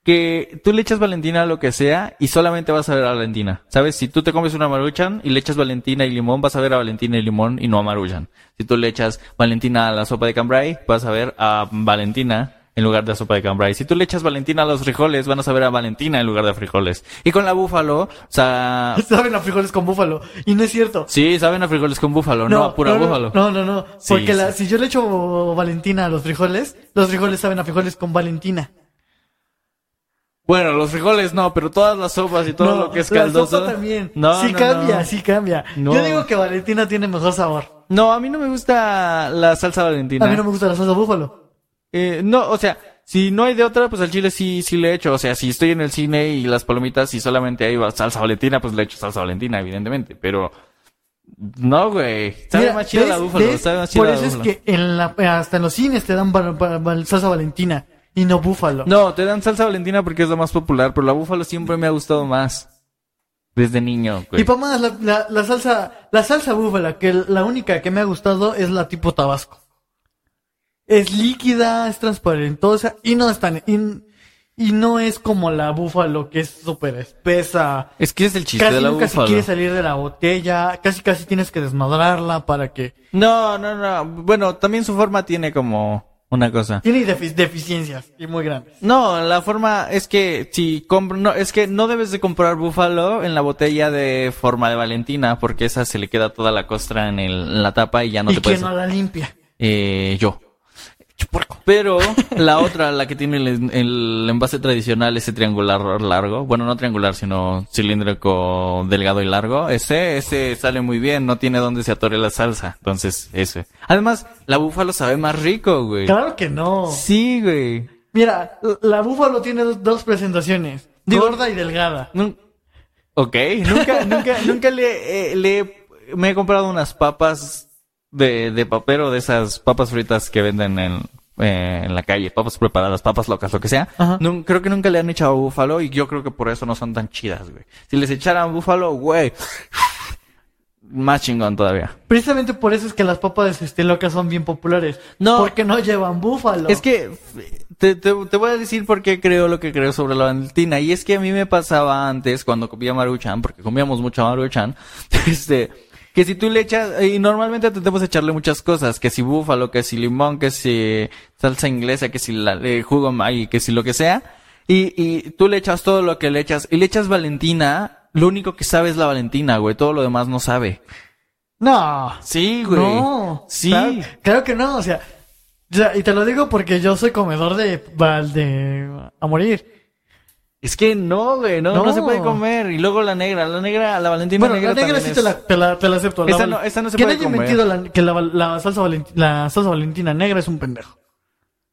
Que tú le echas Valentina a lo que sea y solamente vas a ver a Valentina. ¿Sabes? Si tú te comes una Maruchan y le echas Valentina y limón, vas a ver a Valentina y limón y no a Maruchan. Si tú le echas Valentina a la sopa de cambray, vas a ver a Valentina en lugar de la sopa de cambray. Si tú le echas Valentina a los frijoles, van a saber a Valentina en lugar de frijoles. Y con la búfalo, o
*laughs*
sea...
Saben a frijoles con búfalo. Y no es cierto.
Sí, saben a frijoles con búfalo, no, a pura
no, no,
búfalo.
No, no, no.
Sí,
Porque la-
sí.
si yo le echo Valentina a los frijoles, los frijoles saben a frijoles con Valentina.
Bueno, los frijoles no, pero todas las sopas y todo
No,
lo que es
la
caldoso.
sopa también.
No,
sí
no,
cambia,
no.
sí cambia.
No.
Yo digo que Valentina tiene mejor sabor.
No, a mí no me gusta la salsa valentina.
A mí no me gusta la salsa búfalo.
Eh, no, o sea, si no hay de otra, pues al chile sí, sí le echo. O sea, si estoy en el cine y las palomitas y solamente hay va- salsa valentina, pues le echo salsa valentina, evidentemente. Pero no, güey. Sabe
Mira,
más chido la
¿ves?
búfalo,
¿ves?
sabe más chido
Por
la
eso es
búfalo.
que en la, hasta en los cines te dan val- val- val- salsa Valentina y no búfalo.
No, te dan salsa valentina porque es la más popular, pero la búfalo siempre me ha gustado más. Desde niño, güey.
Y para más, la, la- la salsa, la salsa búfala, que la única que me ha gustado es la tipo tabasco. Es líquida, es transparentosa y no es tan, y, y no es como la búfalo que es súper espesa.
Es que es el chiste
Casi
de la
nunca se
búfalo.
quiere salir de la botella, casi casi tienes que desmadrarla para que...
No, no, no. Bueno, también su forma tiene como una cosa.
Tiene defi- deficiencias y muy grandes.
No, la forma es que si compro, no, es que no debes de comprar búfalo en la botella de forma de Valentina porque esa se le queda toda la costra en, el- en la tapa y ya no
y
te
que
puedes.
no la limpia.
Eh, yo.
*laughs*
Pero la otra, la que tiene el, el envase tradicional, ese triangular largo, bueno, no triangular, sino cilíndrico, delgado y largo, ese, ese sale muy bien, no tiene donde se atore la salsa, entonces ese. Además, la búfalo sabe más rico, güey.
Claro que no.
Sí, güey.
Mira, la búfalo tiene dos, dos presentaciones.
Digo-
gorda y delgada.
Nun- Ok, nunca, nunca, nunca le, eh, le- me he comprado unas papas de, de papero, de esas papas fritas que venden en, eh, en la calle, papas preparadas, papas locas, lo que sea.
Ajá.
Nun- creo que nunca le han echado búfalo y yo creo que por eso no son tan chidas, güey. Si les echaran búfalo, güey, más chingón todavía.
Precisamente por eso es que las papas este, locas son bien populares.
No.
Porque no llevan búfalo.
Es que f- te, te- te voy a decir por qué creo lo que creo sobre la Valentina. Y es que a mí me pasaba antes, cuando comía Maruchan, porque comíamos mucha Maruchan, *laughs* este, que si tú le echas, y normalmente tendemos a echarle muchas cosas, que si búfalo, que si limón, que si salsa inglesa, que si la, eh, jugo Maggi, que si lo que sea. Y, y tú le echas todo lo que le echas, y le echas Valentina, lo único que sabe es la Valentina, güey, todo lo demás no sabe.
No.
Sí, güey.
No.
Sí.
Claro, claro que no, o sea. ya, y te lo digo porque yo soy comedor de, val- de a morir.
Es que no, güey, no, no.
No.
se puede comer. Y luego la negra, la negra, la Valentina
bueno,
negra.
la negra
también
sí te,
es-
la, te, la, te la acepto. la,
Esa no- esa no se
Quien
puede
haya
comer.
metido la, que la, la salsa valenti- la salsa valentina negra es un pendejo.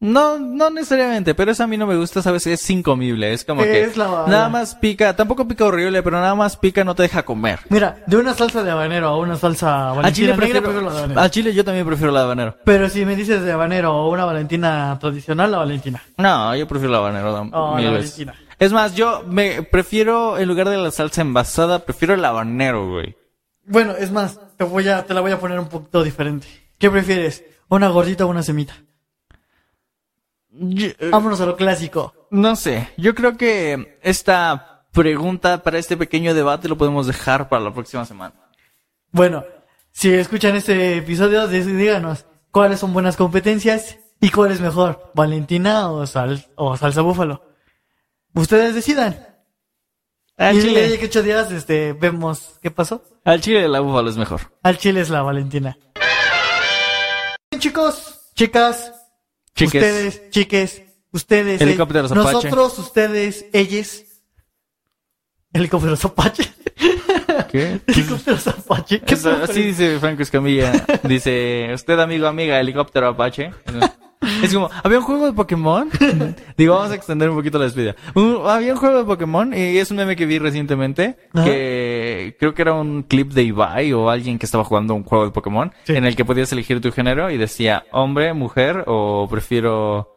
No, no necesariamente, pero esa a mí no me gusta, ¿sabes? Es incomible, es como que
Es la-
nada más pica, tampoco pica horrible, pero nada más pica no te deja comer.
Mira, de una salsa de habanero a una salsa
A
valentina
Ah, Chile,
negra,
prefiero-
prefiero la de habanero.
a Chile yo también prefiero la de habanero.
Pero si me dices de habanero o una valentina tradicional, la valentina.
No, yo prefiero la habanero dam-
Oh,
mil
la
veces.
Valentina.
Es más, yo me prefiero, en lugar de la salsa envasada, prefiero el habanero, güey.
Bueno, es más, te voy a, te la voy a poner un poquito diferente. ¿Qué prefieres? ¿Una gordita o una semita?
Yo-
Vámonos a lo clásico.
No sé, yo creo que esta pregunta para este pequeño debate lo podemos dejar para la próxima semana.
Bueno, si escuchan este episodio, des- díganos cuáles son buenas competencias y cuál es mejor, Valentina o, sal- o salsa búfalo. Ustedes decidan.
Al
y de ahí
chile,
a que ocho días este, vemos qué pasó.
al chile la búfalo es mejor.
Al chile es la Valentina. Bien, chicos, chicas,
Chiques.
ustedes, chiques, ustedes, eh,
Helicópteros Apache.
nosotros, ustedes, ellas. Helicópteros Apache. *laughs*
*laughs* ¿Qué?
Helicópteros Apache. ¿Qué
Eso-
puedo
así
creer?
dice Franco Escamilla. Dice, usted amigo, amiga, helicóptero Apache. Es como, había un juego
*laughs*
de Pokémon. Digo, vamos a extender un poquito la despedida. Un- había un juego de Pokémon y es un meme que vi recientemente.
Ajá.
Que creo que era un clip de Ibai o alguien que estaba jugando un juego de Pokémon.
Sí.
En el que podías elegir tu género y decía hombre, mujer o prefiero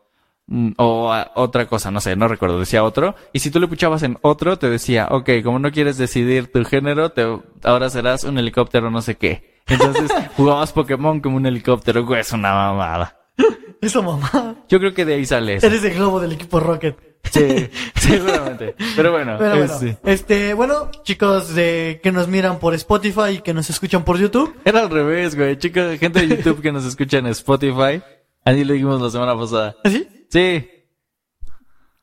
Mm, O a- otra cosa, no sé, no recuerdo, decía otro. Y si tú le puchabas en otro, te decía, ok, como no quieres decidir tu género, te, ahora serás un helicóptero no sé qué.
*laughs*
Entonces jugabas Pokémon como un helicóptero, güey, es una mamada.
Esa mamá.
Yo creo que de ahí sale eso.
Eres de globo del equipo Rocket.
*laughs* Sí, seguramente. Pero bueno,
Pero bueno,
este,
este, bueno, chicos de que nos miran por Spotify y que nos escuchan por YouTube.
era al revés, güey. Chicos, gente de YouTube que nos escucha en Spotify. Así lo dijimos la semana pasada.
¿Así?
Sí,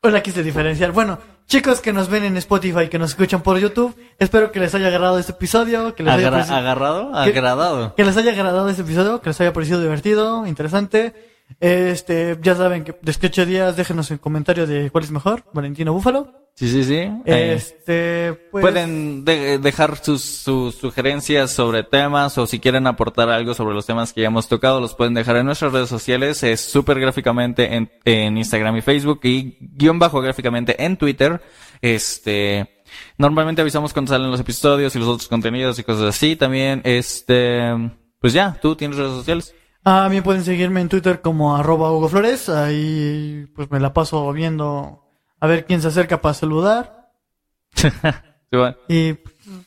Ahora quise diferenciar. Bueno, chicos que nos ven en Spotify y que nos escuchan por YouTube, espero que les haya agradado este episodio, que les haya
agra-
parecido-
agarrado,
¿Qué?
agradado.
Que les haya agradado este episodio, que les haya parecido divertido, interesante. Este, ya saben que desde ocho días déjenos el comentario de cuál es mejor, Valentino Búfalo.
Sí, sí, sí. Eh,
Este, pues,
Pueden de- dejar sus, sus sugerencias sobre temas o si quieren aportar algo sobre los temas que ya hemos tocado, los pueden dejar en nuestras redes sociales, es súper gráficamente en, en Instagram y Facebook y guión bajo gráficamente en Twitter. Este, normalmente avisamos cuando salen los episodios y los otros contenidos y cosas así. También, este, pues ya, tú tienes redes sociales.
a mí pueden seguirme en Twitter como arroba Hugo Flores, ahí pues me la paso viendo a ver quién se acerca para saludar.
Sí, va.
Y,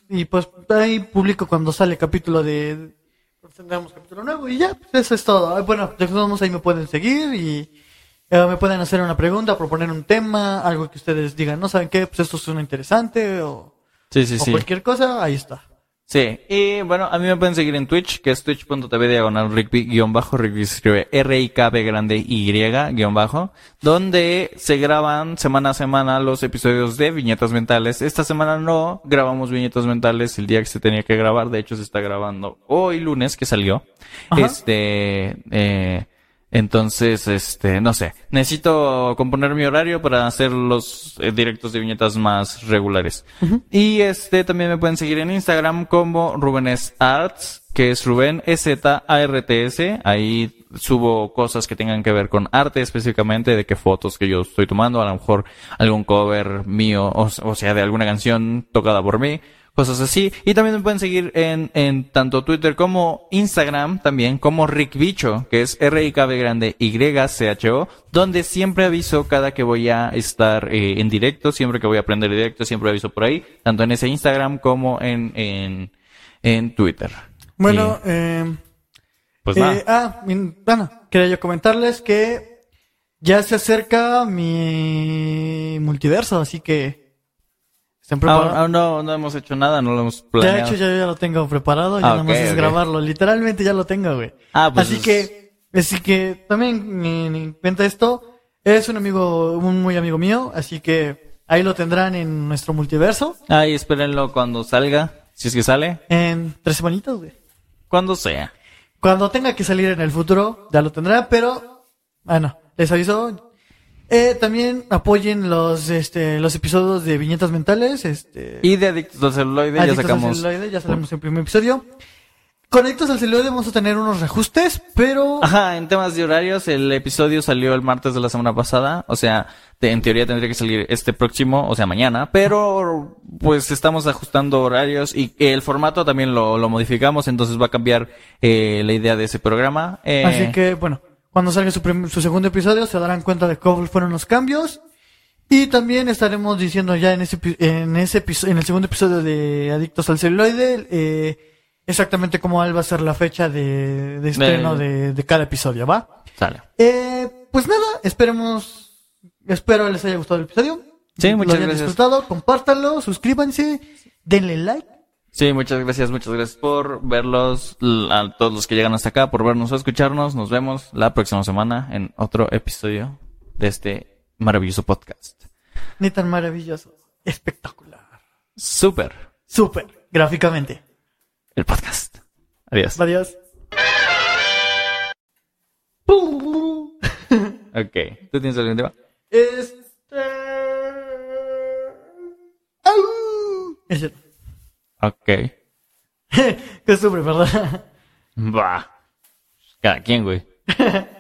y pues ahí publico cuando sale capítulo de... cuando Tendremos capítulo nuevo y ya, pues, eso es todo. Ah, Bueno, de todos modos ahí me pueden seguir y eh, me pueden hacer una pregunta, proponer un tema, algo que ustedes digan, no saben qué, pues esto suena interesante o,
Sí, sí,
o
sí.
cualquier cosa, ahí está.
Sí, y bueno, a mí me pueden seguir en Twitch, que es twitch.tv diagonal rigby guión bajo, rigby se escribe R-I-K-B grande Y guión bajo, donde se graban semana a semana los episodios de viñetas mentales. Esta semana no grabamos viñetas mentales el día que se tenía que grabar, de hecho se está grabando hoy lunes que salió.
Ajá.
Este, eh, entonces, este, no sé, necesito componer mi horario para hacer los eh, directos de viñetas más regulares. Y este, también me pueden seguir en Instagram como Rubenes Arts, que es Rubén E S-Z-A-R-T-S. Ahí subo cosas que tengan que ver con arte específicamente, de qué fotos que yo estoy tomando, a lo mejor algún cover mío, o, o sea, de alguna canción tocada por mí cosas así. Y también me pueden seguir en, en tanto Twitter como Instagram, también como Rick Bicho, que es R-I-K-B grande Y-C-H-O, donde siempre aviso cada que voy a estar eh, en directo, siempre que voy a aprender directo, siempre aviso por ahí, tanto en ese Instagram como en, en, en Twitter.
Bueno,
Y,
eh,
pues
Eh,
nada.
ah, min- bueno, quería yo comentarles que ya se acerca mi multiverso, así que estén
Aún,
preparados.
aún Ah, no, no hemos hecho nada, no lo hemos
de
planeado.
hecho, ya, ya lo tengo preparado, ya
Ah,
nada más
ok,
es
ok.
grabarlo. Literalmente ya lo tengo, güey.
Ah, pues
así
es-
que, así que también ni- ni cuenta esto. Es un amigo, un muy amigo mío, así que ahí lo tendrán en nuestro multiverso.
Ay, espérenlo cuando salga, si es que sale,
En tres semanitas, güey.
cuando sea.
Cuando tenga que salir en el futuro, ya lo tendrá, pero bueno, les aviso. Eh, también apoyen los este, los episodios de viñetas mentales, este
Y de Adictos al Celuloide
Adictos
ya
al
sacamos...
celuloide, ya salimos en primer episodio. Conectos al celular vamos a tener unos reajustes, pero
Ajá, en temas de horarios, el episodio salió el martes de la semana pasada, o sea, te- en teoría tendría que salir este próximo, o sea, mañana, pero pues estamos ajustando horarios y el formato también lo, lo modificamos, entonces va a cambiar eh, la idea de ese programa. eh,
así que bueno, cuando salga su, prim- su segundo episodio se darán cuenta de cómo fueron los cambios. Y también estaremos diciendo ya en ese epi- en ese episodio, en el segundo episodio de Adictos al celuloide eh, exactamente cómo va a ser la fecha de, de estreno de, de cada episodio, ¿va?
Sale.
Eh, pues nada, esperemos, espero les haya gustado el episodio.
Sí, muchas
Lo hayan
gracias.
disfrutado, compártanlo, suscríbanse, denle like.
Sí, muchas gracias, muchas gracias por verlos, l- a todos los que llegan hasta acá, por vernos o escucharnos. Nos vemos la próxima semana en otro episodio de este maravilloso podcast.
Ni tan maravilloso, espectacular,
Super,
súper, gráficamente.
el podcast. Adiós.
Adiós.
Ok. ¿Tú tienes algún tema?
Este. eh, ¡Au! Es cierto. *laughs*
Ok.
Costumbre, ¿verdad?
Vâng. Va. Cada quien, güey.